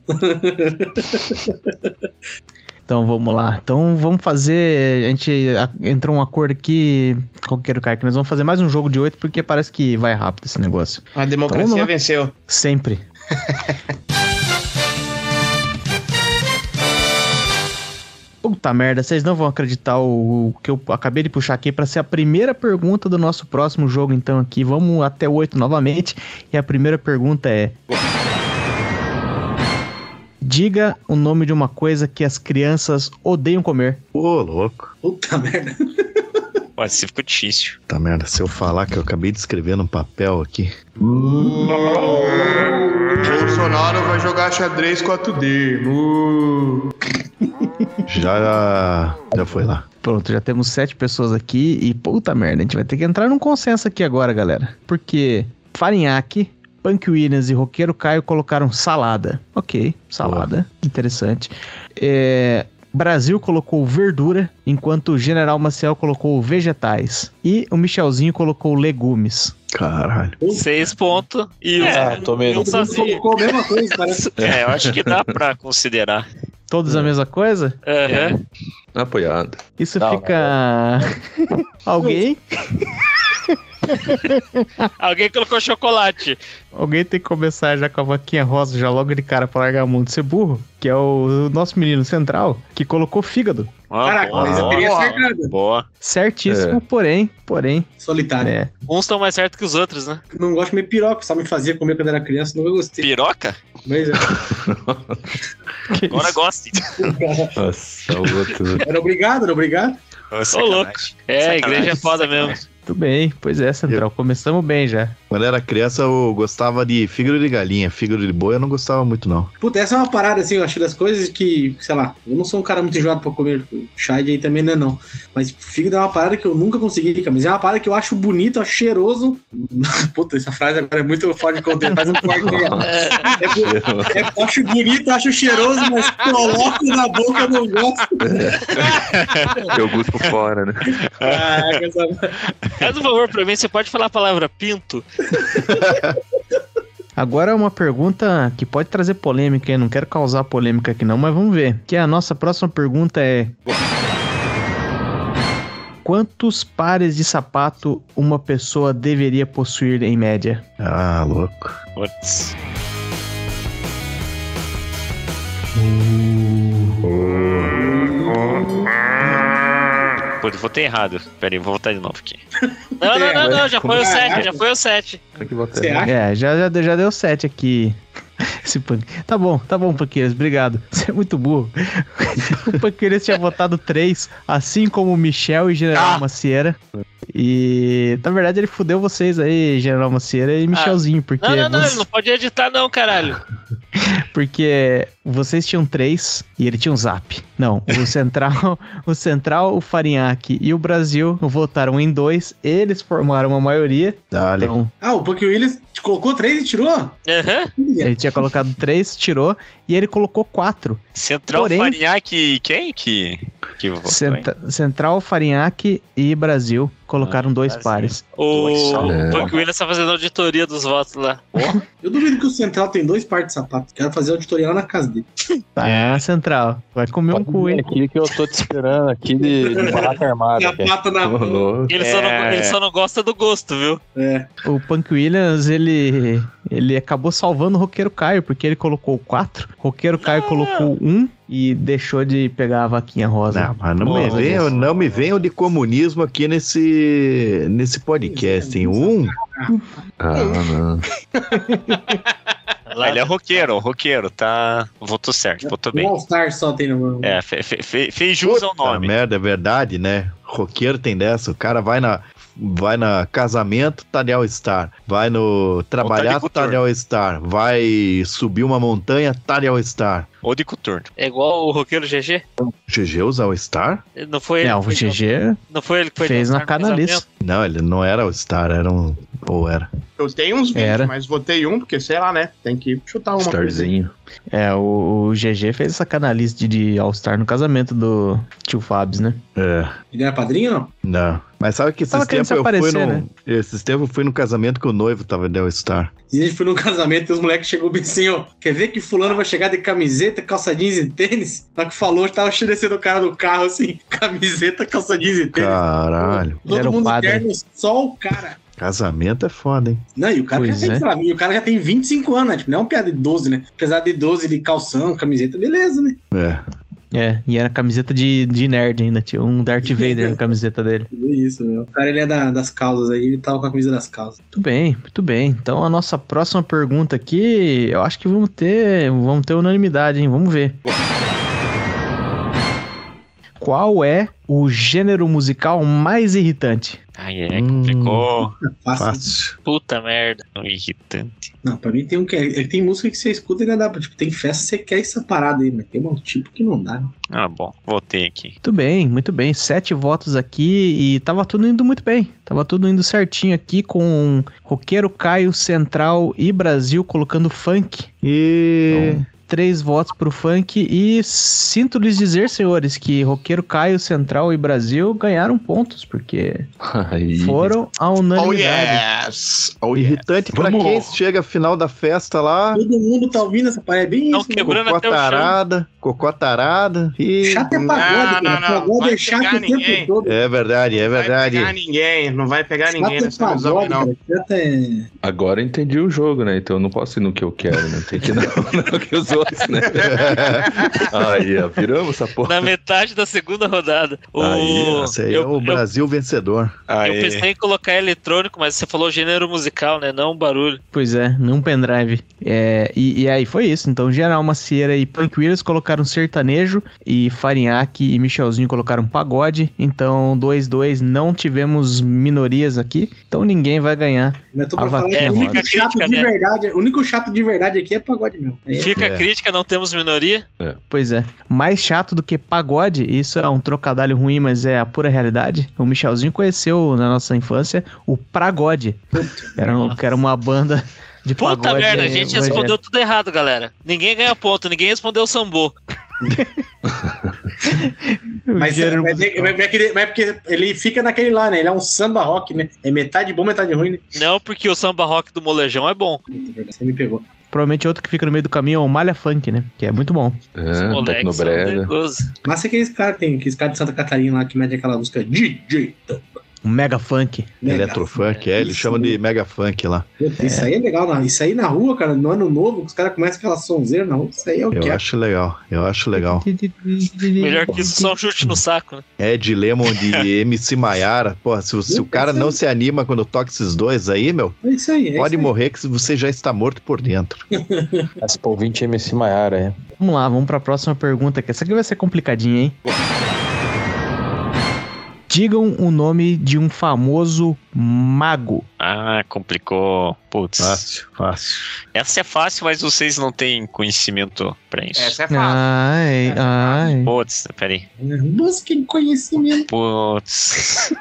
S1: Então vamos lá. Então vamos fazer. A gente a- entrou um acordo aqui. Qualquer cara que nós vamos fazer mais um jogo de oito, porque parece que vai rápido esse negócio.
S7: A
S1: Então,
S7: democracia
S1: não.
S7: venceu.
S1: Sempre. Puta merda, vocês não vão acreditar o, o que eu acabei de puxar aqui para ser a primeira pergunta do nosso próximo jogo, então aqui vamos até o 8 novamente. E a primeira pergunta é: Diga o nome de uma coisa que as crianças odeiam comer.
S2: Ô, louco.
S6: Puta merda.
S3: Pô, esse ficou difícil.
S2: Tá merda, se eu falar que eu acabei de escrever num papel aqui.
S7: Bolsonaro vai jogar xadrez 4D. Uh.
S2: Já, já foi lá.
S1: Pronto, já temos sete pessoas aqui e puta merda, a gente vai ter que entrar num consenso aqui agora, galera. Porque Farinhaque, Punk Williams e Roqueiro Caio colocaram salada. Ok, salada. Interessante. É, Brasil colocou verdura, enquanto o General Maciel colocou vegetais. E o Michelzinho colocou legumes.
S2: Caralho.
S8: Seis pontos e
S5: Ah,
S8: um.
S5: tô meio.
S8: Eu só sei.
S6: Colocou a mesma coisa, parece.
S3: É, eu acho que dá pra considerar. É.
S1: Todos a mesma coisa?
S3: Aham.
S4: Apoiado.
S1: Isso
S5: Não,
S1: fica. alguém?
S8: Alguém colocou chocolate.
S1: Alguém tem que começar já com a vaquinha rosa, já logo de cara pra largar a mão de ser burro, que é o nosso menino central, que colocou fígado.
S3: Ó,
S6: Caraca,
S3: boa,
S6: mas eu teria
S3: boa,
S6: acertado.
S3: boa.
S1: Certíssimo, porém, porém,
S6: Solitário.
S1: né?
S8: Uns estão mais certos que os outros, né?
S6: Não gosto de comer piroca, só me fazia comer quando era criança, nunca gostei.
S3: Piroca?
S6: Mas é,
S1: Que
S3: Agora
S1: isso?
S3: goste.
S4: Nossa, o outro.
S6: era obrigado, era obrigado.
S3: Ô, louco. É, a igreja é foda mesmo.
S1: Muito bem, pois é, central, começamos bem já.
S2: Quando era criança, eu gostava de fígado de galinha. Fígado de boi eu não gostava muito, não.
S6: Puta, essa é uma parada, assim, eu acho das coisas que, sei lá, eu não sou um cara muito enjoado pra comer chide aí também, não é não. Mas fígado é uma parada que eu nunca consegui, cara. Mas é uma parada que eu acho bonito, eu acho cheiroso. Puta, essa frase agora é muito fora de contexto, faz um corte aí. É, bu- é, eu acho bonito, eu acho cheiroso, mas coloco na boca, eu não gosto.
S4: Eu gosto fora, né?
S6: Caraca, essa...
S8: Faz um favor pra mim, você pode falar a palavra pinto?
S1: Agora é uma pergunta que pode trazer polêmica, hein? não quero causar polêmica aqui não, mas vamos ver. Que é a nossa próxima pergunta é... Quantos pares de sapato uma pessoa deveria possuir em média?
S2: Ah, louco.
S3: Putz. Pô, eu votei errado. Pera aí, vou votar de novo aqui.
S8: Não, não, não, não, já foi o sete, já foi o sete.
S4: Tem que botar.
S6: Você acha?
S1: É, já, já, deu- já deu 7 aqui. Esse punk. Tá bom, tá bom, Panqueiras, obrigado. Você é muito burro. o Panqueiras tinha votado 3, assim como o Michel e General
S8: Ah!
S1: Macieira. E na verdade ele fudeu vocês aí, General Macieira e Michelzinho, porque,
S8: Ah. Não, não, não,
S1: vocês,
S8: ele não pode editar, não, caralho.
S1: porque vocês tinham 3 e ele tinha um zap. Não, o Central, o Central, o Farinhaque e o Brasil votaram em 2, eles formaram a maioria.
S2: Dale.
S1: Então,
S6: Ah, o Punk Williams te colocou três e tirou?
S8: Aham.
S1: Ele tinha colocado três, tirou, e ele colocou quatro.
S3: Central
S1: Porém-
S3: Farinhaque, quem é que, que votou, hein?
S1: Centa- Central, Farinhaque e Brasil
S8: Ah,
S1: colocaram dois
S3: Brasil.
S1: pares.
S8: O
S4: É.
S8: Punk Williams tá fazendo auditoria dos votos lá.
S6: Eu duvido que o Central tem dois pares de sapato. Quero fazer auditoria lá na casa dele.
S1: Tá, Central, vai comer um
S5: Pode
S1: cu,
S5: vir
S1: hein?
S5: aqui que eu tô te esperando aqui de, de barraca armada. cara.
S6: Sapato na mão.
S8: Ele, só não,
S3: É.
S8: ele só não gosta do gosto, viu?
S6: É.
S1: O Punk Williams, ele, ele acabou salvando o Roqueiro Caio, porque ele colocou quatro, o Roqueiro
S8: Ah.
S1: Caio colocou um e deixou de pegar a vaquinha rosa.
S2: Não, mas não,
S1: Porra,
S2: me venham,
S1: Deus.
S2: não me venham de comunismo aqui nesse, nesse podcast. Em um,
S5: Tá
S4: Ah, não.
S3: Ah, ele é roqueiro, roqueiro, tá. Votou certo, votou
S6: Um
S3: bem.
S6: All-Star só tem no mão.
S3: É, fe, fe- fe- fez jus ao
S2: Puta
S3: nome.
S2: merda, é verdade, né? Roqueiro tem dessa. O cara vai na, vai na casamento, tá de All-Star. Vai no trabalhar, tá de All-Star. Vai subir uma montanha, tá de All-Star.
S3: Ou de coturno.
S8: É igual o roqueiro GG.
S2: GG usa All-Star?
S8: Não foi ele.
S1: Não,
S8: que
S1: o
S8: foi-
S1: GG
S8: Não foi ele que foi
S1: fez
S8: dançar
S1: na
S8: no
S1: canalice.
S8: casamento?
S2: Não, ele não era All-Star, era um. Ou era.
S7: Eu tenho uns 20,
S1: Era.
S7: mas votei um, porque sei lá, né? Tem que chutar uma.
S4: Starzinho.
S1: É, o, o GG fez essa canalice de, de All-Star no casamento do tio Fabs, né?
S2: É.
S6: Ele era padrinho não?
S2: Não. Mas sabe que
S1: Tava
S2: esses
S1: querendo
S2: tempos
S1: se
S2: eu fui
S1: aparecer,
S2: num.
S1: né?
S2: Esses tempos eu fui num casamento que o noivo tava de All-Star.
S6: E a gente foi num casamento e os moleques chegou bem assim, ó. Quer ver que fulano vai chegar de camiseta, calça jeans e tênis? Só que falou, tava descendo o cara do carro assim, camiseta, calça jeans e tênis.
S2: Caralho.
S1: Ele era
S6: Todo
S1: o
S6: mundo
S1: padre.
S6: terno, só o cara.
S2: Casamento é foda, hein?
S6: Não, e o cara, já
S1: Pois
S6: tem,
S1: é.
S6: sei lá, e o cara já tem 25 anos, né? Tipo, não é um piada de 12, né? Apesar de 12 de calção, camiseta, beleza, né?
S2: É.
S1: É, e era camiseta de, de nerd ainda, tinha um Darth Vader na camiseta dele.
S6: Tudo isso, meu. O cara, ele é da- das causas aí, ele tava com a camisa das causas.
S1: Muito bem, muito bem. Então a nossa próxima pergunta aqui, eu acho que vamos ter, vamos ter unanimidade, hein? Vamos ver. Qual é o gênero musical mais irritante?
S3: Ai, é, complicou.
S6: Fácil.
S2: Hum, Fácil.
S8: Puta merda.
S3: Tão irritante.
S6: Não, pra mim tem um que é, tem música que você escuta e ainda dá, pra- tipo, tem festa que você quer essa parada aí, mas tem um tipo que não dá. né?
S3: Ah, bom, voltei aqui.
S1: Muito bem, muito bem. Sete votos aqui e tava tudo indo muito bem. Tava tudo indo certinho aqui com Roqueiro Caio, Central e Brasil colocando funk.
S2: E.
S4: Então,
S1: Três votos pro funk e sinto lhes dizer, senhores, que Roqueiro Caio, Central e Brasil ganharam pontos, porque
S4: Aí.
S1: foram a
S7: Oh
S1: unanimidade.
S7: yes! Oh yes!
S2: Irritante pra
S7: Vamos.
S2: quem chega final da festa lá.
S6: Todo mundo tá ouvindo essa parada, é bem
S8: Não
S6: isso. né?
S8: quebrou. Quebrando
S2: Cocô
S8: até o chão.
S2: tarada, cocô tarada. E...
S6: Chato é
S7: Não,
S6: pagode,
S10: não,
S6: cara.
S10: não.
S6: Pagode
S10: Vai
S6: é chato
S10: pegar
S6: o tempo
S10: ninguém.
S6: todo.
S2: É verdade, é verdade.
S10: Não vai pegar ninguém, não vai pegar ninguém
S6: Chato é
S10: nessa ilusão aí,
S6: pagode,
S10: não.
S6: cara. Chato é...
S4: Agora eu entendi o jogo, né? Então eu não posso ir no que eu quero, né? Tem que ir no, no que os outros, né? Aí, ó, viramos essa porra.
S8: Na metade da segunda rodada. O...
S2: Aí, esse aí é o
S8: eu-
S2: Brasil vencedor.
S8: Eu pensei em colocar eletrônico, mas você falou gênero musical, né? Não barulho.
S1: Pois é, num pendrive. É, e, e aí foi isso. Então, Geral Macieira e Punk Williams colocaram sertanejo e Farinhaque e Michelzinho colocaram pagode. Então, 2-2, não tivemos minorias aqui. Então, ninguém vai ganhar.
S6: Mas tô pra
S1: A
S6: falar que
S1: vaquinha
S6: "É, o único
S8: roda.
S6: chato
S8: Crítica,
S6: de
S8: né?
S6: verdade, o único chato de verdade aqui é pagode mesmo. É,
S8: Fica
S2: É.
S8: a crítica, não temos minoria.
S1: Pois é. Mais chato do que pagode, isso é um trocadilho ruim, mas é a pura realidade. O Michelzinho conheceu na nossa infância o Pragode. Era, um- que era uma banda de
S8: Puta
S1: pagode.
S8: merda, a
S1: é,
S8: gente
S1: evangélico.
S8: respondeu tudo errado, galera. Ninguém ganha ponto, ninguém respondeu sambô.
S6: Mas, é-
S1: Gênero
S6: mas, é-
S1: musical.
S6: mas é que- mas é porque ele fica naquele lá, né? Ele é um samba rock, né? É metade bom, metade ruim, né?
S8: Não, porque o samba rock do molejão é bom.
S6: Puta, verdade, Você me pegou.
S1: Provavelmente outro que fica no meio do caminho é o Malha Funk, né? Que é muito bom.
S8: Os
S4: É,
S8: moleques são
S4: Tecnobrega.
S8: perigosos.
S6: Massa é aqueles caras tem, aqueles caras de Santa Catarina lá que mete aquela música DJ.
S1: O Um Mega Funk.
S6: né,
S2: Eletrofunk, é, eles
S6: Isso né?
S2: chamam de
S6: mesmo.
S2: mega funk lá.
S6: Puta, Isso aí é legal, não. Isso aí na rua, cara, no ano novo, que os caras começam aquela sonzeira na rua, isso aí é o
S2: Eu
S6: que é.
S2: acho legal, eu acho legal.
S8: Melhor que isso, só um chute no saco, né?
S2: Ed Lemon de MC Maiara, porra, se, se o cara não se anima quando toca esses dois aí, meu,
S6: É isso aí. É
S2: pode
S6: isso aí.
S2: morrer que você já está morto por dentro.
S5: Essa por 20 MC Maiara, é.
S1: Vamos lá, vamos pra próxima pergunta, que essa aqui vai ser complicadinha, hein? Digam o nome de um famoso mago.
S3: Ah, complicou. Putz.
S2: Fácil, fácil.
S3: Essa é fácil, mas vocês não têm conhecimento pra isso.
S10: Essa é fácil.
S8: é
S1: Ai, ai.
S3: Putz, peraí.
S6: Busquem É, conhecimento.
S3: Putz.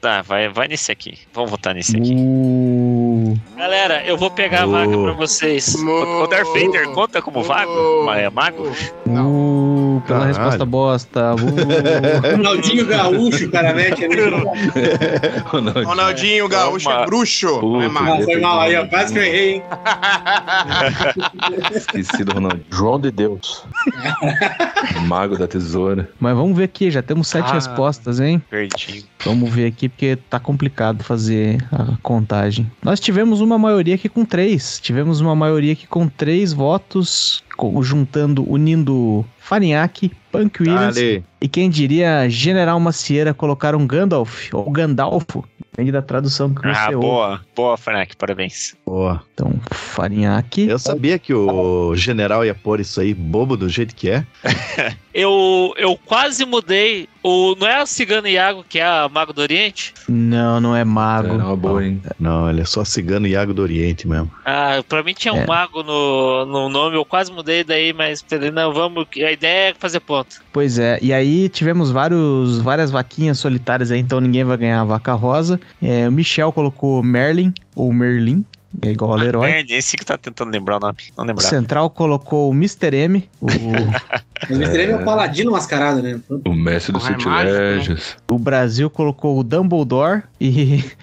S3: tá, vai, vai nesse aqui. Vamos votar nesse aqui.
S1: Uh,
S8: Galera, eu vou pegar a
S2: Oh.
S8: vaga pra vocês. O o Darth Vader conta como vago? Ma- É mago?
S10: Não.
S1: uh, pela
S2: Caralho.
S1: resposta bosta. Uh.
S6: Ronaldinho Gaúcho, cara, mete ali.
S4: Ronaldinho.
S10: Ronaldinho Gaúcho é
S3: Toma.
S10: bruxo. não é
S4: Puta,
S10: mago.
S6: Ah, foi mal aí, ó. Quase que eu errei, hein?
S4: Esqueci do Ronaldinho.
S5: João de Deus.
S4: Mago da tesoura.
S1: Mas vamos ver aqui, já temos sete
S3: Ah.
S1: respostas, hein?
S3: Perdi.
S1: Vamos ver aqui, porque tá complicado fazer a contagem. Nós tivemos uma maioria aqui com três. Tivemos uma maioria aqui com três votos, co- juntando, unindo Farinhaque, Punk Williams
S2: Dale.
S1: e quem diria General Macieira colocaram Gandalf, ou Gandalfo, depende da tradução que você
S3: Ah,
S1: ouve.
S3: boa. Boa, Frank, parabéns.
S2: Boa.
S1: Então, Farinhaque.
S2: Eu sabia que o general ia pôr isso aí bobo do jeito que é.
S8: Eu, eu quase mudei. O, não é a Cigana Iago, que é a Mago do Oriente?
S1: Não, não é
S4: Era
S1: mago.
S4: uma boa, hein?
S2: Não, ele é só cigano Iago do Oriente mesmo.
S8: Ah, pra mim tinha um
S1: É.
S8: mago no, no nome, eu quase mudei daí, mas falei, não, vamos. A ideia é fazer ponto.
S1: Pois é, e aí tivemos vários, várias vaquinhas solitárias aí, então ninguém vai ganhar a vaca rosa. É, o Michel colocou Merlin, ou Merlin, é igual ao Leroy.
S3: Merda, esse que tá tentando lembrar o nome. Não
S1: O
S3: lembrar.
S1: Central colocou o Mr. M, o,
S6: Mas o Mr. M é o paladino mascarado, né?
S4: O mestre dos
S10: Ah, é
S4: sutilégios.
S1: o Brasil colocou o Dumbledore e,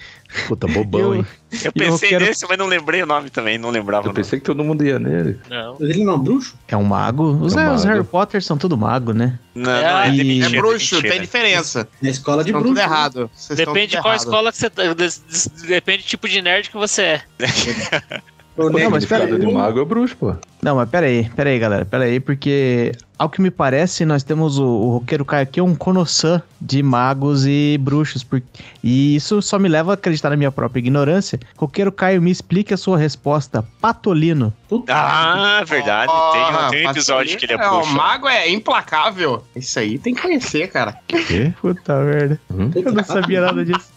S2: Puta, bobão,
S1: Eu-
S2: hein?
S3: Eu
S1: E eu
S3: pensei
S1: quero-
S3: nesse, mas não lembrei o nome também. Não
S4: Eu
S3: lembrava. o nome.
S4: pensei que todo mundo ia nele.
S8: Não.
S6: Mas ele não é um bruxo?
S1: é um mago. Os,
S4: É um
S1: os
S4: mago.
S1: Harry Potter são tudo mago, né?
S3: Não, não, é,
S1: E-
S3: de mentira,
S10: É
S3: de
S10: bruxo,
S3: mentira.
S10: tem diferença.
S6: Na escola de
S10: Estão
S6: bruxo.
S10: Tá tudo
S6: né?
S10: errado. Vocês estão
S8: Depende
S10: tudo
S8: de qual
S3: é.
S10: errado.
S8: escola que você tá. des- des- Depende do tipo de nerd que você é.
S6: Ô,
S1: Não,
S6: Ned,
S1: mas
S4: Mas
S1: pera,
S4: de
S6: eu-
S4: mago é bruxo, pô.
S1: Não, mas pera aí, pera aí, galera, pera aí, porque Ao que me parece, nós temos o, o roqueiro Caio aqui, um Konosan de magos e bruxos. por- E isso só me leva a acreditar na minha própria ignorância. Roqueiro Caio, me explique a sua resposta. Patolino.
S3: Ah, verdade. tem, tem um episódio que ele é
S10: É, o
S3: puxa.
S10: mago é implacável. Isso aí tem que conhecer, cara.
S1: Puta merda. Eu não sabia nada disso.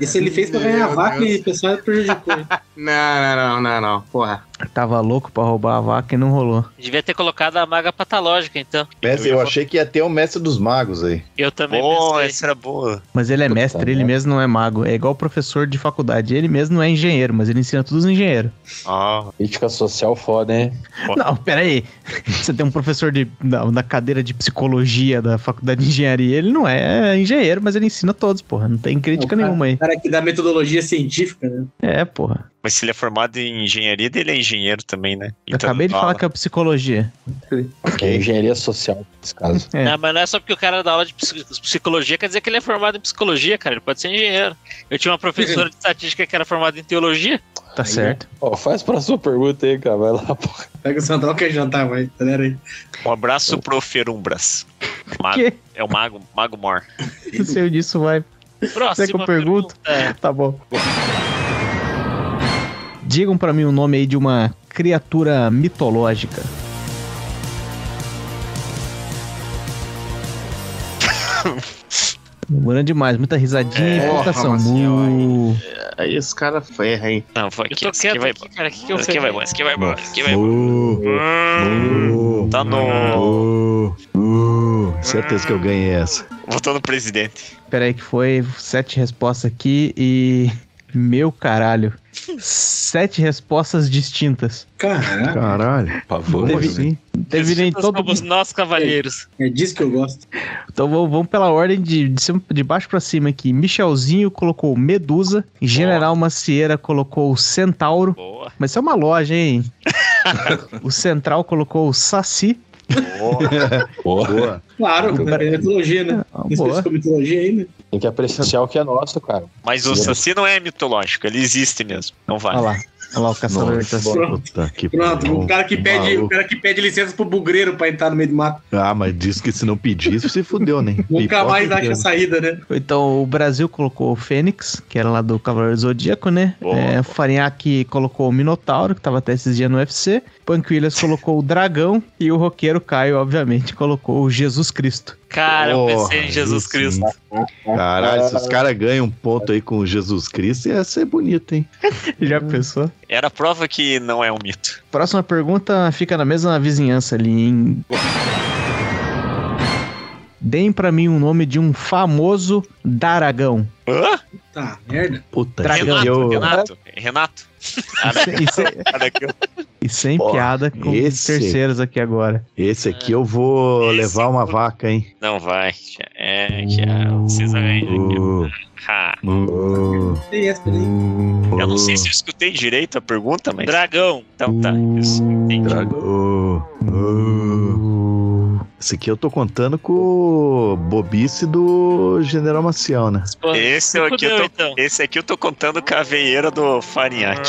S6: Esse ele fez pra ganhar a
S10: Meu
S6: vaca
S10: Deus.
S6: e o pessoal prejudicou. hein?
S10: Não, não, não, não, não. Porra.
S1: Tava louco pra roubar a vaca e não rolou.
S8: Devia ter colocado a maga patológica, então.
S2: Mestre, eu achei que ia ter o mestre dos magos aí.
S8: Eu também
S3: Boa,
S8: pensei.
S3: essa era boa.
S1: Mas ele é mestre, ele mesmo não é mago. É igual professor de faculdade. Ele mesmo não é engenheiro, mas ele ensina todos os engenheiros.
S3: Ah,
S5: Crítica social foda, hein?
S1: Não, peraí. Você tem um professor de, na, na cadeira de psicologia da faculdade de engenharia. Ele não é engenheiro, mas ele ensina todos, porra. Não tem crítica
S6: O cara-
S1: nenhuma aí.
S6: O cara que dá metodologia científica, né?
S1: É, porra.
S3: mas se ele é formado em engenharia, ele é engenheiro também, né?
S1: Eu
S10: Então,
S1: acabei de falar que é psicologia.
S5: É engenharia social, nesse caso.
S1: É.
S8: Não, mas não é só porque o cara dá aula de psi- psicologia, quer dizer que ele é formado em psicologia, cara. Ele pode ser engenheiro. Eu tinha uma professora de estatística que era formada em teologia.
S1: Tá certo.
S5: Ó, faz pra sua pergunta aí, cara. Vai lá, porra.
S6: Pega o Sandal que é jantar, vai. Galera aí.
S3: Um abraço pro Ferumbras. Mago.
S1: Que?
S3: É o Mago, Mago Mor.
S1: Eu sei disso, vai. Será
S8: Próxima
S1: que eu pergunto?
S8: pergunta.
S1: Tá bom. Digam pra mim o nome aí de uma criatura mitológica. Demorando demais, muita risadinha e
S10: É. Porra,
S1: implicação.
S10: mas
S1: Uh,
S10: Aí os caras ferram, hein?
S3: Não, foi
S8: Eu
S3: aqui.
S8: tô
S3: Esse aqui
S8: quieto
S3: vai
S8: aqui, cara. O que, que eu
S3: Esse aqui
S8: sei? é.
S3: vai bom, esse aqui vai bom, esse aqui vai bom.
S2: Uh,
S8: Hum.
S2: uh,
S3: Tá no.
S2: uh, uh, certeza que eu ganhei essa.
S3: Votou no presidente.
S1: Peraí, que foi sete respostas aqui e. Meu caralho. Sete respostas distintas.
S6: Caraca,
S2: Caralho.
S4: Pavor,
S1: Teve,
S4: né?
S1: sim. Teve nem
S8: Nós
S1: todo
S8: somos nós, cavalheiros.
S6: é disso que eu gosto.
S1: Então vamos, vamos pela ordem de, de, cima- de baixo pra cima aqui. Michelzinho colocou Medusa, General Macieira colocou Centauro.
S3: Boa.
S1: Mas isso é uma loja, hein? o Central colocou Saci.
S4: Porra.
S2: Boa.
S6: Claro, é mitologia, né?
S1: Ah,
S6: Isso
S1: boa.
S6: com mitologia ainda.
S5: Tem que apreciar o que é nosso, cara.
S3: Mas o Saci não é mitológico, ele existe mesmo. Não
S1: Olha
S3: vale.
S1: Ah, lá. Olha lá o caçador. tá de Saci.
S6: Pronto.
S2: Puta que
S6: Pronto,
S2: pariu.
S6: o cara que pede, o
S2: Maluco.
S6: cara que pede licença pro bugreiro pra entrar no meio do mato.
S2: Ah, mas disse que se não pedisse, se fudeu, né?
S6: Nunca
S2: Pipoca
S6: mais acha a
S2: inteira.
S6: saída, né?
S1: Então o Brasil colocou o Fênix, que era lá do Cavaleiro Zodíaco, né?
S3: Boa.
S1: É, Farinhaque colocou o Minotauro, que tava até esses dias no UFC. Panquilhas colocou o Dragão. E o Roqueiro Caio, obviamente, colocou o Jesus Cristo.
S8: Cara, eu
S2: Porra,
S8: pensei em Jesus
S2: aí
S8: Cristo.
S2: sim. Caralho, se os caras ganham um ponto aí com o Jesus Cristo, ia ser bonito, hein?
S1: Já pensou?
S3: Era a prova que não é um mito.
S1: Próxima pergunta fica na mesma vizinhança ali em. Deem pra mim o nome de um famoso daragão.
S3: Hã?
S6: Tá, merda.
S2: Puta
S1: Dragão.
S2: que eu...
S3: Renato? Renato?
S1: E sem,
S3: Dragão.
S1: e sem
S2: Porra,
S1: piada com
S2: esse-
S1: terceiros aqui agora.
S2: Esse aqui eu vou
S3: É. Esse
S2: levar uma vaca, hein?
S3: Não vai. É, que é, precisa ganhar.
S2: Uh,
S3: Ah,
S2: uh,
S6: Tem essa, peraí.
S2: uh,
S3: eu não sei se eu escutei direito a pergunta, mas.
S8: Dragão.
S3: Então tá, isso. Entendi.
S2: Uh, uh. Esse aqui eu tô contando com o bobice do General Maciel, né?
S8: Pô,
S3: Esse
S8: se
S3: aqui eu
S8: fudeu,
S3: tô-
S8: então.
S3: Esse aqui eu tô contando com a veieira do Farinhaque.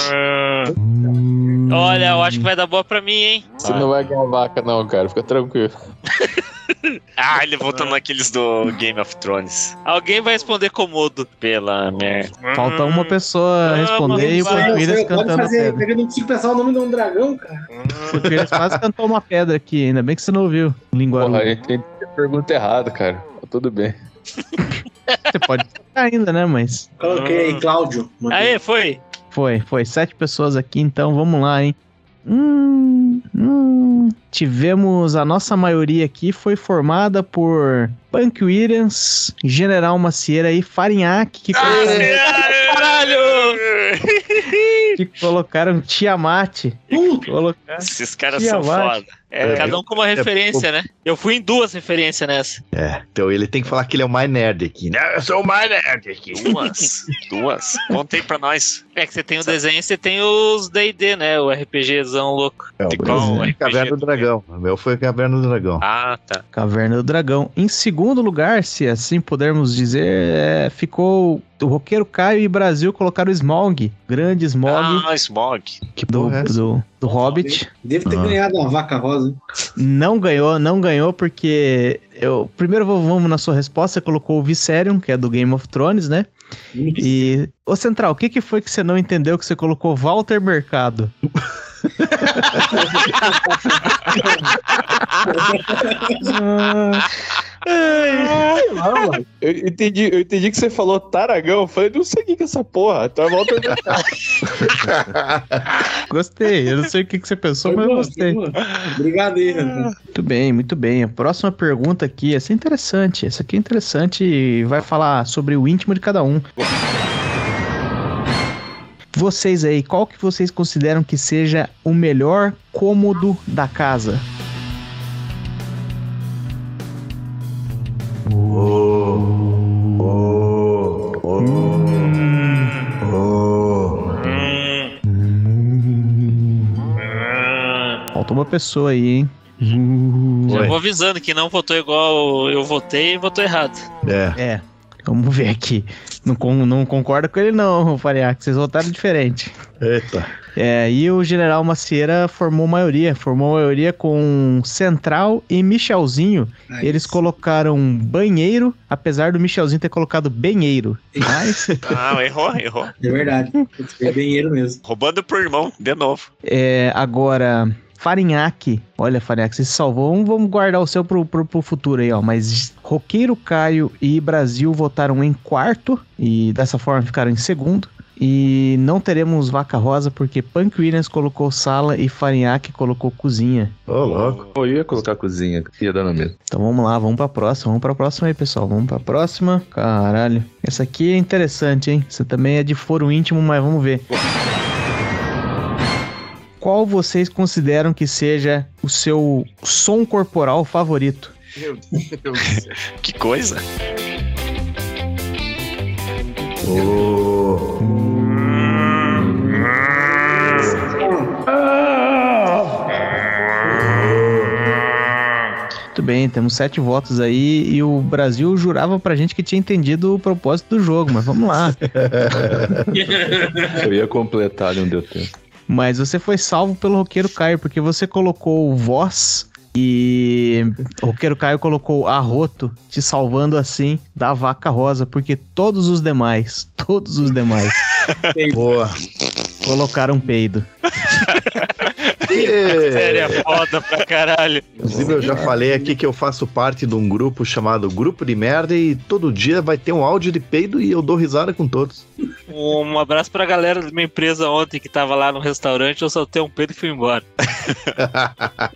S8: Hum. Olha, eu acho que vai dar boa pra mim, hein?
S5: Você não vai ganhar vaca, não, cara. Fica tranquilo.
S3: Ah, ele voltando naqueles do Game of Thrones.
S8: Alguém vai responder comodo.
S3: Pela merda.
S1: Falta uma pessoa
S8: Vamos,
S1: responder e o
S8: vai,
S1: Panquilhas
S6: Ah, pode
S1: cantando
S6: fazer, é
S1: pedra.
S6: eu não consigo pensar o nome de um dragão, cara.
S1: O Panquilhas quase cantou uma pedra aqui, ainda bem que você não ouviu. Língua.
S5: Porra, a gente tem a pergunta errada, cara. Mas Tudo bem.
S1: Você pode cantar ainda, né? Mas.
S6: Coloquei aí, Cláudio.
S8: Aê, foi.
S1: Foi, foi. Sete pessoas aqui, então vamos lá, hein? Hum, hum. Tivemos a nossa maioria aqui foi formada por Punk Williams, General Macieira e Farinhaque, que, colocaram,
S3: Caralho!
S1: que colocaram Tiamat.
S6: Puta,
S1: Colo-
S3: Esses caras
S1: Tia
S3: são
S1: Vate.
S3: foda. É,
S8: Cada um com uma referência, né? Eu fui em duas referências nessa.
S2: Então ele tem que falar que ele é o mais nerd aqui, né? Eu sou o mais nerd aqui.
S3: Duas. Duas. Contei pra nós.
S8: É que você tem o desenho e você tem os D&D, né? O RPGzão louco.
S2: É, o
S3: De
S2: meu
S3: qual
S2: foi
S3: RPG?
S2: Caverna do Dragão. O meu foi Caverna do Dragão.
S3: Ah, tá.
S1: Caverna do Dragão. Em segundo lugar, se assim pudermos dizer, é, ficou o Roqueiro Caio e Brasil colocaram o Smog. Grande Smog
S3: Ah, Smog.
S2: que
S1: do,
S2: porra é essa?
S1: do do Hobbit.
S6: Deve ter
S1: Ah.
S6: ganhado uma vaca rosa. hein?
S1: Não ganhou, não ganhou, porque eu. Primeiro vou- vamos na sua resposta. Você colocou o Viserion, que é do Game of Thrones, né? E. Ô Central, o que, que foi que você não entendeu que você colocou Walter Mercado?
S5: Ai, não, mano. Eu entendi, eu entendi que você falou taragão. Eu falei, não sei o que que é essa porra. Então eu volto
S1: Gostei, eu não sei o que, que você pensou, mas eu gostei.
S6: Obrigado aí, Rafa.
S1: Muito bem, muito bem. A próxima pergunta aqui, essa é interessante. Essa aqui é interessante e vai falar sobre o íntimo de cada um. Vocês aí, qual que vocês consideram que seja o melhor cômodo da casa? Falta uma pessoa aí, hein?
S8: Já vou avisando que não votou igual eu votei e votou errado.
S1: É. Vamos ver aqui. Não, con- não concordo com ele, não, Fariac. Vocês votaram diferente.
S2: Eita.
S1: É, e o general Macieira formou maioria. Formou maioria com Central e Michelzinho. Ah.
S6: É
S1: Eles colocaram banheiro, apesar do Michelzinho ter colocado banheiro. Mas.
S3: Ah, errou, errou.
S6: É verdade. É banheiro mesmo.
S3: Roubando pro irmão, de novo.
S1: É, agora, Farinhaque. Olha, Farinhaque, você se salvou. Vamos, vamos guardar o seu pro, pro, pro futuro aí, ó. Mas Roqueiro, Caio e Brasil votaram em quarto. E dessa forma ficaram em segundo. E não teremos vaca rosa porque Punk Williams colocou sala e Farinhaque colocou cozinha.
S4: Ô, louco. Pô, eu ia colocar a cozinha, ia dar na mesa.
S1: Então vamos lá, vamos pra próxima, vamos pra próxima aí, pessoal. Vamos pra próxima. Caralho. Essa aqui é interessante, hein? Você também é de foro íntimo, mas vamos ver. Qual vocês consideram que seja o seu som corporal favorito?
S10: Meu Deus.
S3: Que coisa.
S1: Muito bem, temos sete votos aí e o Brasil jurava pra gente que tinha entendido o propósito do jogo, mas vamos lá.
S4: Eu ia completar, não deu tempo.
S1: Mas você foi salvo pelo Roqueiro Caio, porque você colocou voz e o Roqueiro Caio colocou arroto, te salvando assim da vaca rosa, porque todos os demais, todos os demais.
S2: Boa.
S1: Colocaram peido.
S3: Sério, é foda pra caralho.
S2: Inclusive, eu já falei aqui que eu faço parte de um grupo chamado Grupo de Merda e todo dia vai ter um áudio de peido e eu dou risada com todos.
S8: Um abraço pra galera da minha empresa ontem que tava lá no restaurante, eu soltei um pedo e fui embora.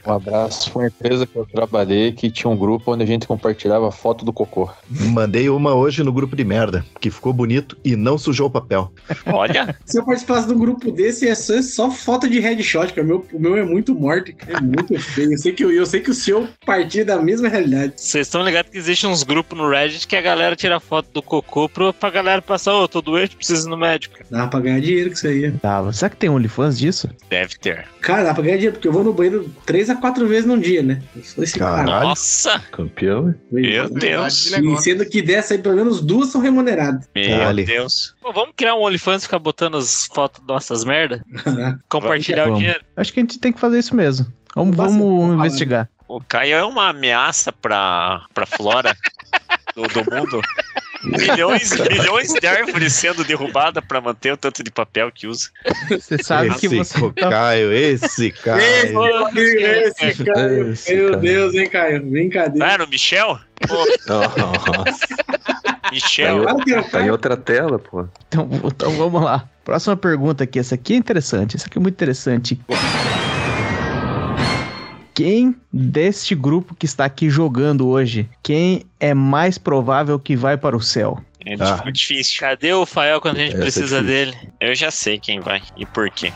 S5: Um abraço pra uma empresa que eu trabalhei que tinha um grupo onde a gente compartilhava foto do cocô.
S2: Mandei uma hoje no Grupo de Merda, que ficou bonito e não sujou o papel.
S3: Olha.
S6: Se eu participasse de um grupo desse, é só, é só foto de headshot, cara. O meu, o meu é muito morto, é muito feio. Eu sei que, o- eu sei que o seu partia da mesma realidade.
S8: Vocês estão ligados que existem uns grupos no Reddit que a galera tira foto do cocô pro, pra galera passar, ô, tô doente, preciso ir no médico.
S6: Dá pra ganhar dinheiro com isso aí.
S1: Tá, será que tem OnlyFans disso?
S3: Deve ter.
S6: Cara, dá pra ganhar dinheiro, porque eu vou no banheiro três a quatro vezes num dia, né? Eu sou esse cara. né?
S3: Nossa,
S4: Campeão?
S3: meu
S10: Verdade
S3: Deus.
S10: de negócio.
S6: E sendo que dessa aí, pelo menos duas são remuneradas.
S2: Olha.
S3: Meu Deus.
S8: Pô, vamos criar um OnlyFans e ficar botando as fotas nossas merda? Compartilhar o
S1: Vamos.
S8: dinheiro.
S1: Acho que a gente tem que fazer isso mesmo. Vamos,
S6: Nossa,
S1: vamos
S6: tá
S1: investigar.
S3: O Caio é uma ameaça pra, pra flora do, do mundo. Milhões, milhões de árvores sendo derrubadas pra manter o tanto de papel que usa.
S1: Você sabe que
S2: esse
S1: você
S2: co-
S1: tá
S2: Caio, esse Caio.
S6: Esse, esse, Caio.
S4: Esse
S6: Meu
S4: É cara.
S6: Deus, hein, Caio? Brincadeira.
S3: Ah, era o Michel? Pô,
S4: Nossa,
S3: Michel.
S6: Claro que é. era o
S4: tá em
S6: Caio.
S4: outra tela, pô.
S1: Então, então vamos lá. Próxima pergunta aqui. Essa aqui é interessante. Essa aqui é muito interessante. Quem deste grupo que está aqui jogando hoje, quem é mais provável que vai para o céu?
S3: É
S4: Tá.
S2: Ah.
S3: tipo, difícil.
S8: Cadê o Fael quando a gente
S4: Essa é
S8: precisa dele?
S3: Eu já sei quem vai e por quê.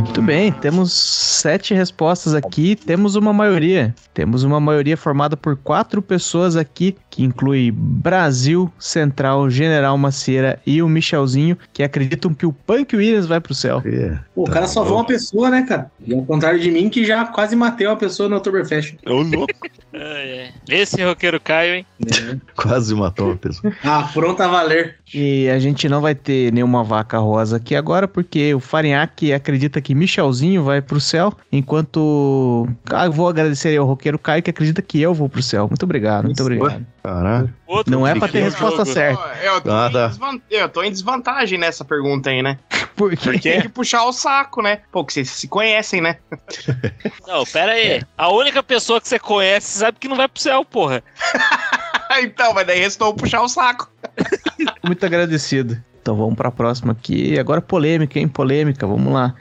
S1: Muito bem, temos sete respostas aqui, temos uma maioria. Temos uma maioria formada por quatro pessoas aqui, que inclui Brasil, Central, General Macieira e o Michelzinho, que acreditam que o Punk Williams vai pro céu.
S6: Pô, o cara salvou uma pessoa, né, cara? E ao contrário de mim, que já quase matei uma pessoa no Oktoberfest.
S2: Ô, louco.
S8: Ai, ai. Esse roqueiro Caio, hein?
S2: Quase matou a pessoa.
S6: É. Ah, pronto a valer.
S1: E a gente não vai ter nenhuma vaca rosa aqui agora, porque o Farinhaque acredita que Michelzinho vai pro céu, enquanto. Ah, eu vou agradecer aí ao roqueiro Caio, que acredita que eu vou pro céu. Muito obrigado, muito obrigado.
S2: Caralho.
S8: Outro
S1: Não é pra ter
S8: jogo.
S1: resposta certa.
S10: Eu tô,
S2: Ah,
S10: em
S2: tá.
S10: desvan- eu tô em desvantagem nessa pergunta aí, né?
S1: Por quê?
S10: Tem que puxar o saco, né? Pô, que vocês se conhecem, né?
S8: Não, pera aí. A única pessoa que você conhece sabe que não vai pro céu, porra.
S10: então, mas daí restou puxar o saco.
S1: Muito agradecido. Então vamos pra próxima aqui. Agora polêmica, hein? Polêmica, vamos lá.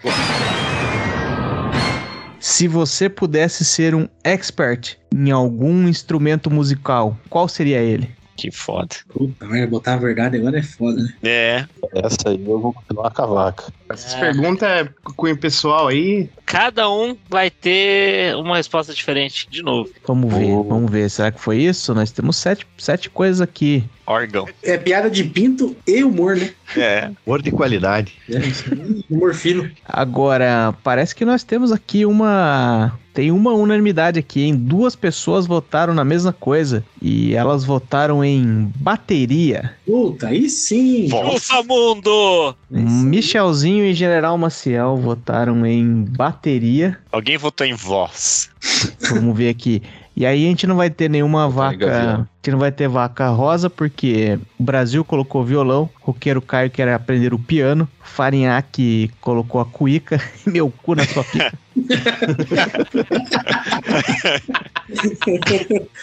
S1: Se você pudesse ser um expert em algum instrumento musical, qual seria ele?
S3: Que foda.
S6: Puta merda, botar a verdade agora é foda, né?
S3: É.
S5: Essa aí eu vou continuar com a vaca.
S10: Essas
S8: É.
S10: perguntas é com o pessoal aí.
S8: Cada um vai ter uma resposta diferente, de novo.
S1: Vamos ver,
S5: Oh.
S1: vamos ver. Será que foi isso? Nós temos sete, sete coisas aqui.
S3: Órgão.
S6: É piada de pinto e humor, né?
S3: É.
S2: Humor de qualidade.
S6: É, isso aí, humor fino.
S1: Agora, parece que nós temos aqui uma. Tem uma unanimidade aqui, hein? Duas pessoas votaram na mesma coisa. E elas votaram em bateria.
S6: Puta, aí sim.
S8: Ufa, mundo!
S1: Michelzinho e General Maciel votaram em bateria.
S3: Alguém votou em voz.
S1: Vamos ver aqui. E aí a gente não vai ter nenhuma
S4: Votaram em
S1: vaca.
S4: Gavião.
S1: A gente não vai ter vaca rosa, porque o Brasil colocou violão, Roqueiro Caio quer aprender o piano, Farinhaque colocou a cuíca, meu cu na sua pica.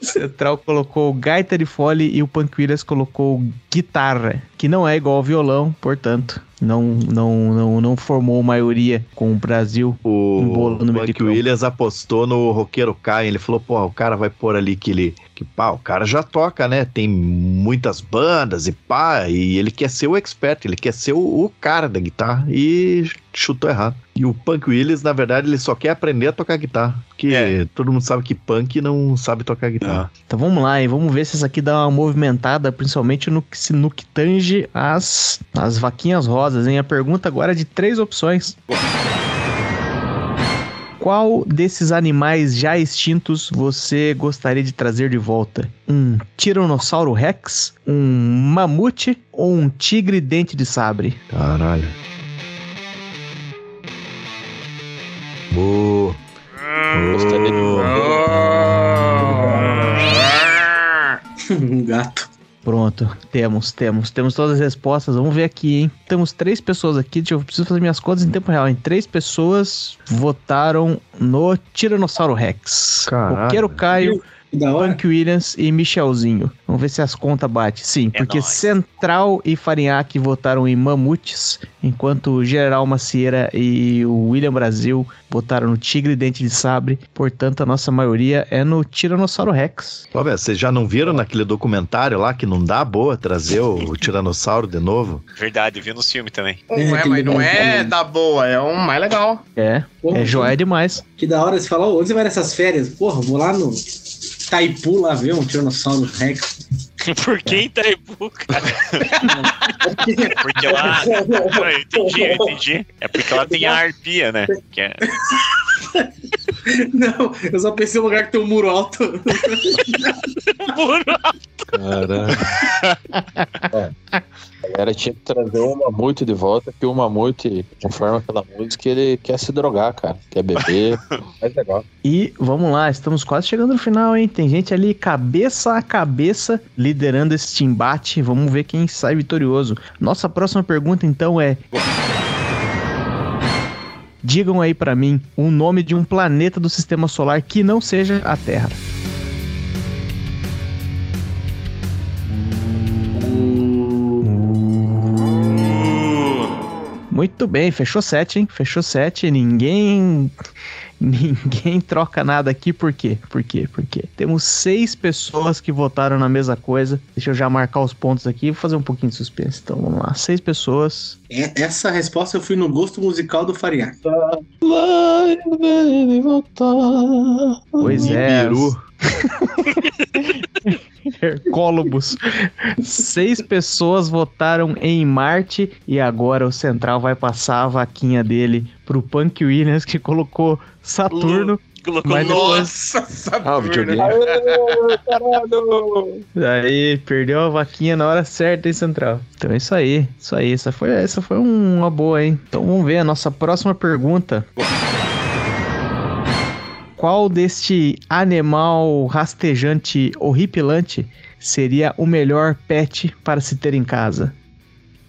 S1: Central colocou gaita de fole e o Panquilhas colocou guitarra, que não é igual ao violão, portanto, não, não, não, não formou maioria com o Brasil. Um
S2: O
S1: bolo no
S2: Frank
S1: medicão.
S2: Williams apostou no roqueiro Caio. Ele falou: pô, o cara vai pôr ali que ele. Que pá, o cara já toca, né? Tem muitas bandas e pá. E ele quer ser o expert, ele quer ser o, o cara da guitarra. E chutou errado. E o Punk Williams, na verdade, ele só quer aprender a tocar guitarra. Porque
S3: É.
S2: todo mundo sabe que punk não sabe tocar guitarra.
S1: Então vamos lá, e vamos ver se essa aqui dá uma movimentada, principalmente no que, se- no que tange as, as vaquinhas rosas, hein? A pergunta agora é de três opções. Qual desses animais já extintos você gostaria de trazer de volta? Um Tiranossauro Rex, um mamute ou um tigre dente de sabre?
S2: Caralho. Boa.
S5: Gostaria de
S3: Ah.
S6: um gato.
S1: Pronto, temos, temos, temos todas as respostas. Vamos ver aqui, hein? Temos três pessoas aqui. Deixa eu preciso fazer minhas contas em tempo real. Em três pessoas votaram no Tiranossauro Rex.
S2: Caralho.
S1: Roqueiro Caio,
S6: Que da hora.
S1: Punk Williams e Michelzinho. Vamos ver se as contas batem. Sim,
S3: É
S1: porque
S3: nóis.
S1: Central e Farinhaque votaram em Mamutes, enquanto o General Macieira e o William Brasil votaram no Tigre Dente de Sabre. Portanto, a nossa maioria é no Tiranossauro Rex.
S2: Ô, velho, vocês já não
S3: É.
S2: viram naquele documentário lá que não dá boa trazer o Tiranossauro de novo?
S3: Verdade, vi nos filmes também.
S10: Não é, mas não é da boa, é um mais legal.
S1: É,
S6: Porra,
S1: é joia demais.
S6: Que da hora. Você fala, "Ô, onde você vai nessas férias? Porra, vou lá no Taipu lá ver um Tiranossauro Rex.
S8: Por tá que Itaipu, cara?
S3: É Porque lá. Não, eu entendi, eu entendi. É porque lá tem a arpia, né? Que é-
S6: Não, eu só pensei em um lugar que tem um muro alto.
S4: Caralho.
S5: É. A galera tinha que trazer o Mamute de volta, que o Mamute, conforme aquela música, ele quer se drogar, cara. Quer beber. Mas legal.
S1: E vamos lá, estamos quase chegando no final, hein? Tem gente ali cabeça a cabeça liderando este embate. Vamos ver quem sai vitorioso. Nossa próxima pergunta então é Digam aí pra mim o nome de um planeta do sistema solar que não seja a Terra. Muito Muito bem, fechou 7, hein? Fechou 7. Ninguém. Ninguém troca nada aqui, por quê? Por quê? Por quê? Temos seis pessoas que votaram na mesma coisa. Deixa eu já marcar os pontos aqui. Vou fazer um pouquinho de suspense. Então vamos lá. Seis pessoas.
S6: É, essa resposta eu fui no gosto musical do Fariac.
S5: Vai, baby, voltar.
S1: Pois é. Nibiru. Hercólobos. Seis pessoas votaram em Marte e agora o Central vai passar a vaquinha dele pro Punk Williams que colocou Saturno.
S3: Colocou
S1: Mas depois-
S3: nossa,
S1: Ah, o videogame.
S4: é
S5: Aê, caralho.
S1: Aí, perdeu a vaquinha na hora certa, hein, Central? Então é isso aí, isso aí. Essa foi, essa foi uma boa, hein? Então vamos ver a nossa próxima pergunta. Qual deste animal rastejante horripilante seria o melhor pet para se ter em casa?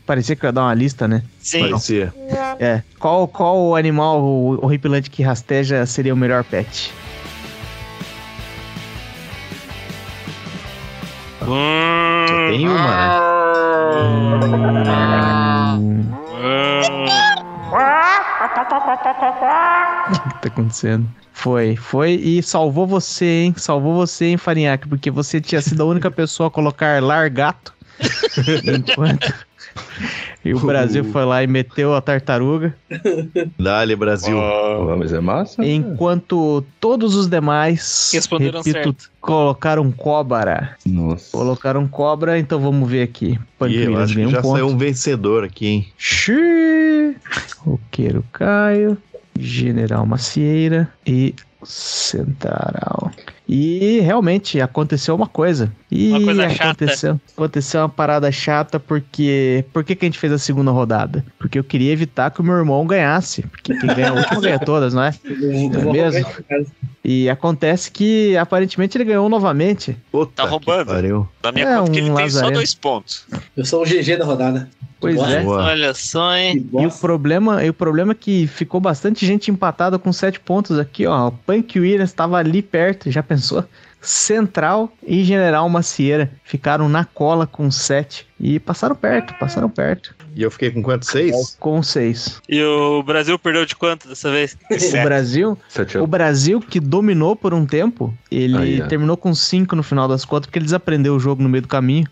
S1: Parecia que eu ia dar uma lista, né?
S3: Sim.
S2: Parecia.
S1: É. Qual, qual o animal horripilante que rasteja seria o melhor pet?
S2: Só
S3: Hum.
S2: tem
S3: Ah.
S2: uma, né?
S1: O que tá acontecendo? Foi, foi e salvou você, hein? Salvou você, hein, Farinhaque, porque você tinha sido a única pessoa a colocar largato. enquanto. E o Brasil foi lá e meteu a tartaruga.
S2: Dá-lhe, Brasil.
S4: Ah, mas é massa.
S1: Enquanto todos os demais,
S8: Responderam certo.
S1: colocaram cobra.
S4: Nossa.
S1: Colocaram cobra, então vamos ver aqui. Punk
S2: Ih, eu
S1: Williams
S2: acho que
S1: ganhou um
S2: já
S1: ponto.
S2: saiu um vencedor aqui, hein?
S1: Xiii. Roqueiro Caio, General Macieira e Central. E realmente aconteceu uma coisa. E
S8: Uma coisa chata.
S1: aconteceu, aconteceu uma parada chata porque por que, que a gente fez a segunda rodada? Porque eu queria evitar que o meu irmão ganhasse, porque quem ganha o último ganha todas, não é? É mesmo? E acontece que aparentemente ele ganhou novamente.
S2: Puta
S3: Tá
S2: que
S3: roubando.
S2: pariu.
S3: Na minha
S1: É,
S3: conta que
S1: um
S3: ele tem só
S1: lazarento.
S3: dois pontos.
S6: Eu sou o GG da rodada.
S1: Pois
S6: Boa.
S1: é.
S2: Boa.
S8: Olha só, hein?
S6: Que
S1: E o
S6: bosta.
S1: problema, e o problema é que ficou bastante gente empatada com sete pontos aqui, ó. O Punk Williams estava ali perto, já pensou? Central e General Macieira ficaram na cola com sete e passaram perto, passaram perto
S2: E eu fiquei com quantos? Seis?
S1: com seis.
S8: E o Brasil perdeu de quanto dessa vez?
S1: O Brasil,
S4: Sete
S1: o
S4: anos.
S1: Brasil que dominou por um tempo, ele
S4: Aí, ó.
S1: terminou com cinco no final das contas porque ele desaprendeu o jogo no meio do caminho.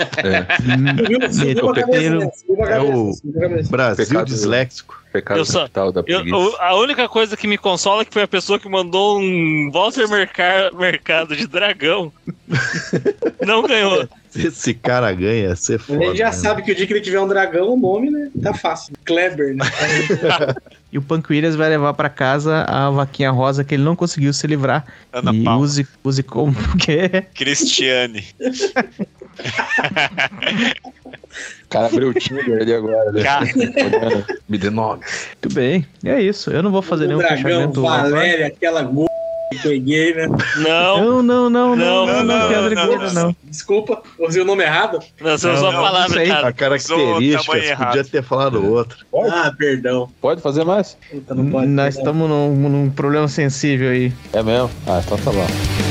S1: Hum,
S4: É.
S6: Subiu a
S1: Meteram-
S6: cabeça, subiu a
S2: É o-
S6: cabeça, subiu a cabeça.
S2: Brasil
S4: Pecado.
S2: disléxico.
S4: Pecado
S8: Eu só-
S4: capital da
S8: Eu-
S4: preguiça.
S8: o- a única coisa que me consola é que foi a pessoa que mandou um Walter Mercar, Mercado de dragão. Não ganhou.
S2: Se esse cara ganha, você é
S6: Mas
S2: foda.
S6: A gente já
S2: né?
S6: sabe que o dia que ele tiver um dragão, o nome, né? Tá fácil. Kleber, né?
S1: E o Punk Williams vai levar para casa a vaquinha rosa que ele não conseguiu se livrar.
S3: Ana
S1: e
S3: Paula.
S1: use, use como que
S3: Cristiane.
S5: O cara abriu o Tinder ali agora. né?
S3: Cara,
S5: Olhando.
S4: Me dê nome.
S1: Muito bem, é isso. Eu não vou fazer
S6: o
S1: nenhum
S6: Um dragão,
S1: fechamento. agora.
S6: Valéria, aquela go... que peguei, né?
S1: Não,
S8: não.
S1: não, não, não, não, não, não, piada de
S3: não,
S1: gordo, não.
S6: Desculpa, usei o nome errado?
S8: Não, você
S1: Não,
S8: usou a
S1: não,
S8: palavra,
S1: não sei.
S8: cara.
S2: A característica,
S3: tamanho
S2: você podia
S3: errado.
S2: ter falado outra.
S6: Ah, perdão.
S5: Pode fazer mais?
S6: Puta, não pode. né?
S1: Nós
S6: perdão.
S1: estamos num, num problema sensível aí.
S5: É mesmo? Ah, então tá bom.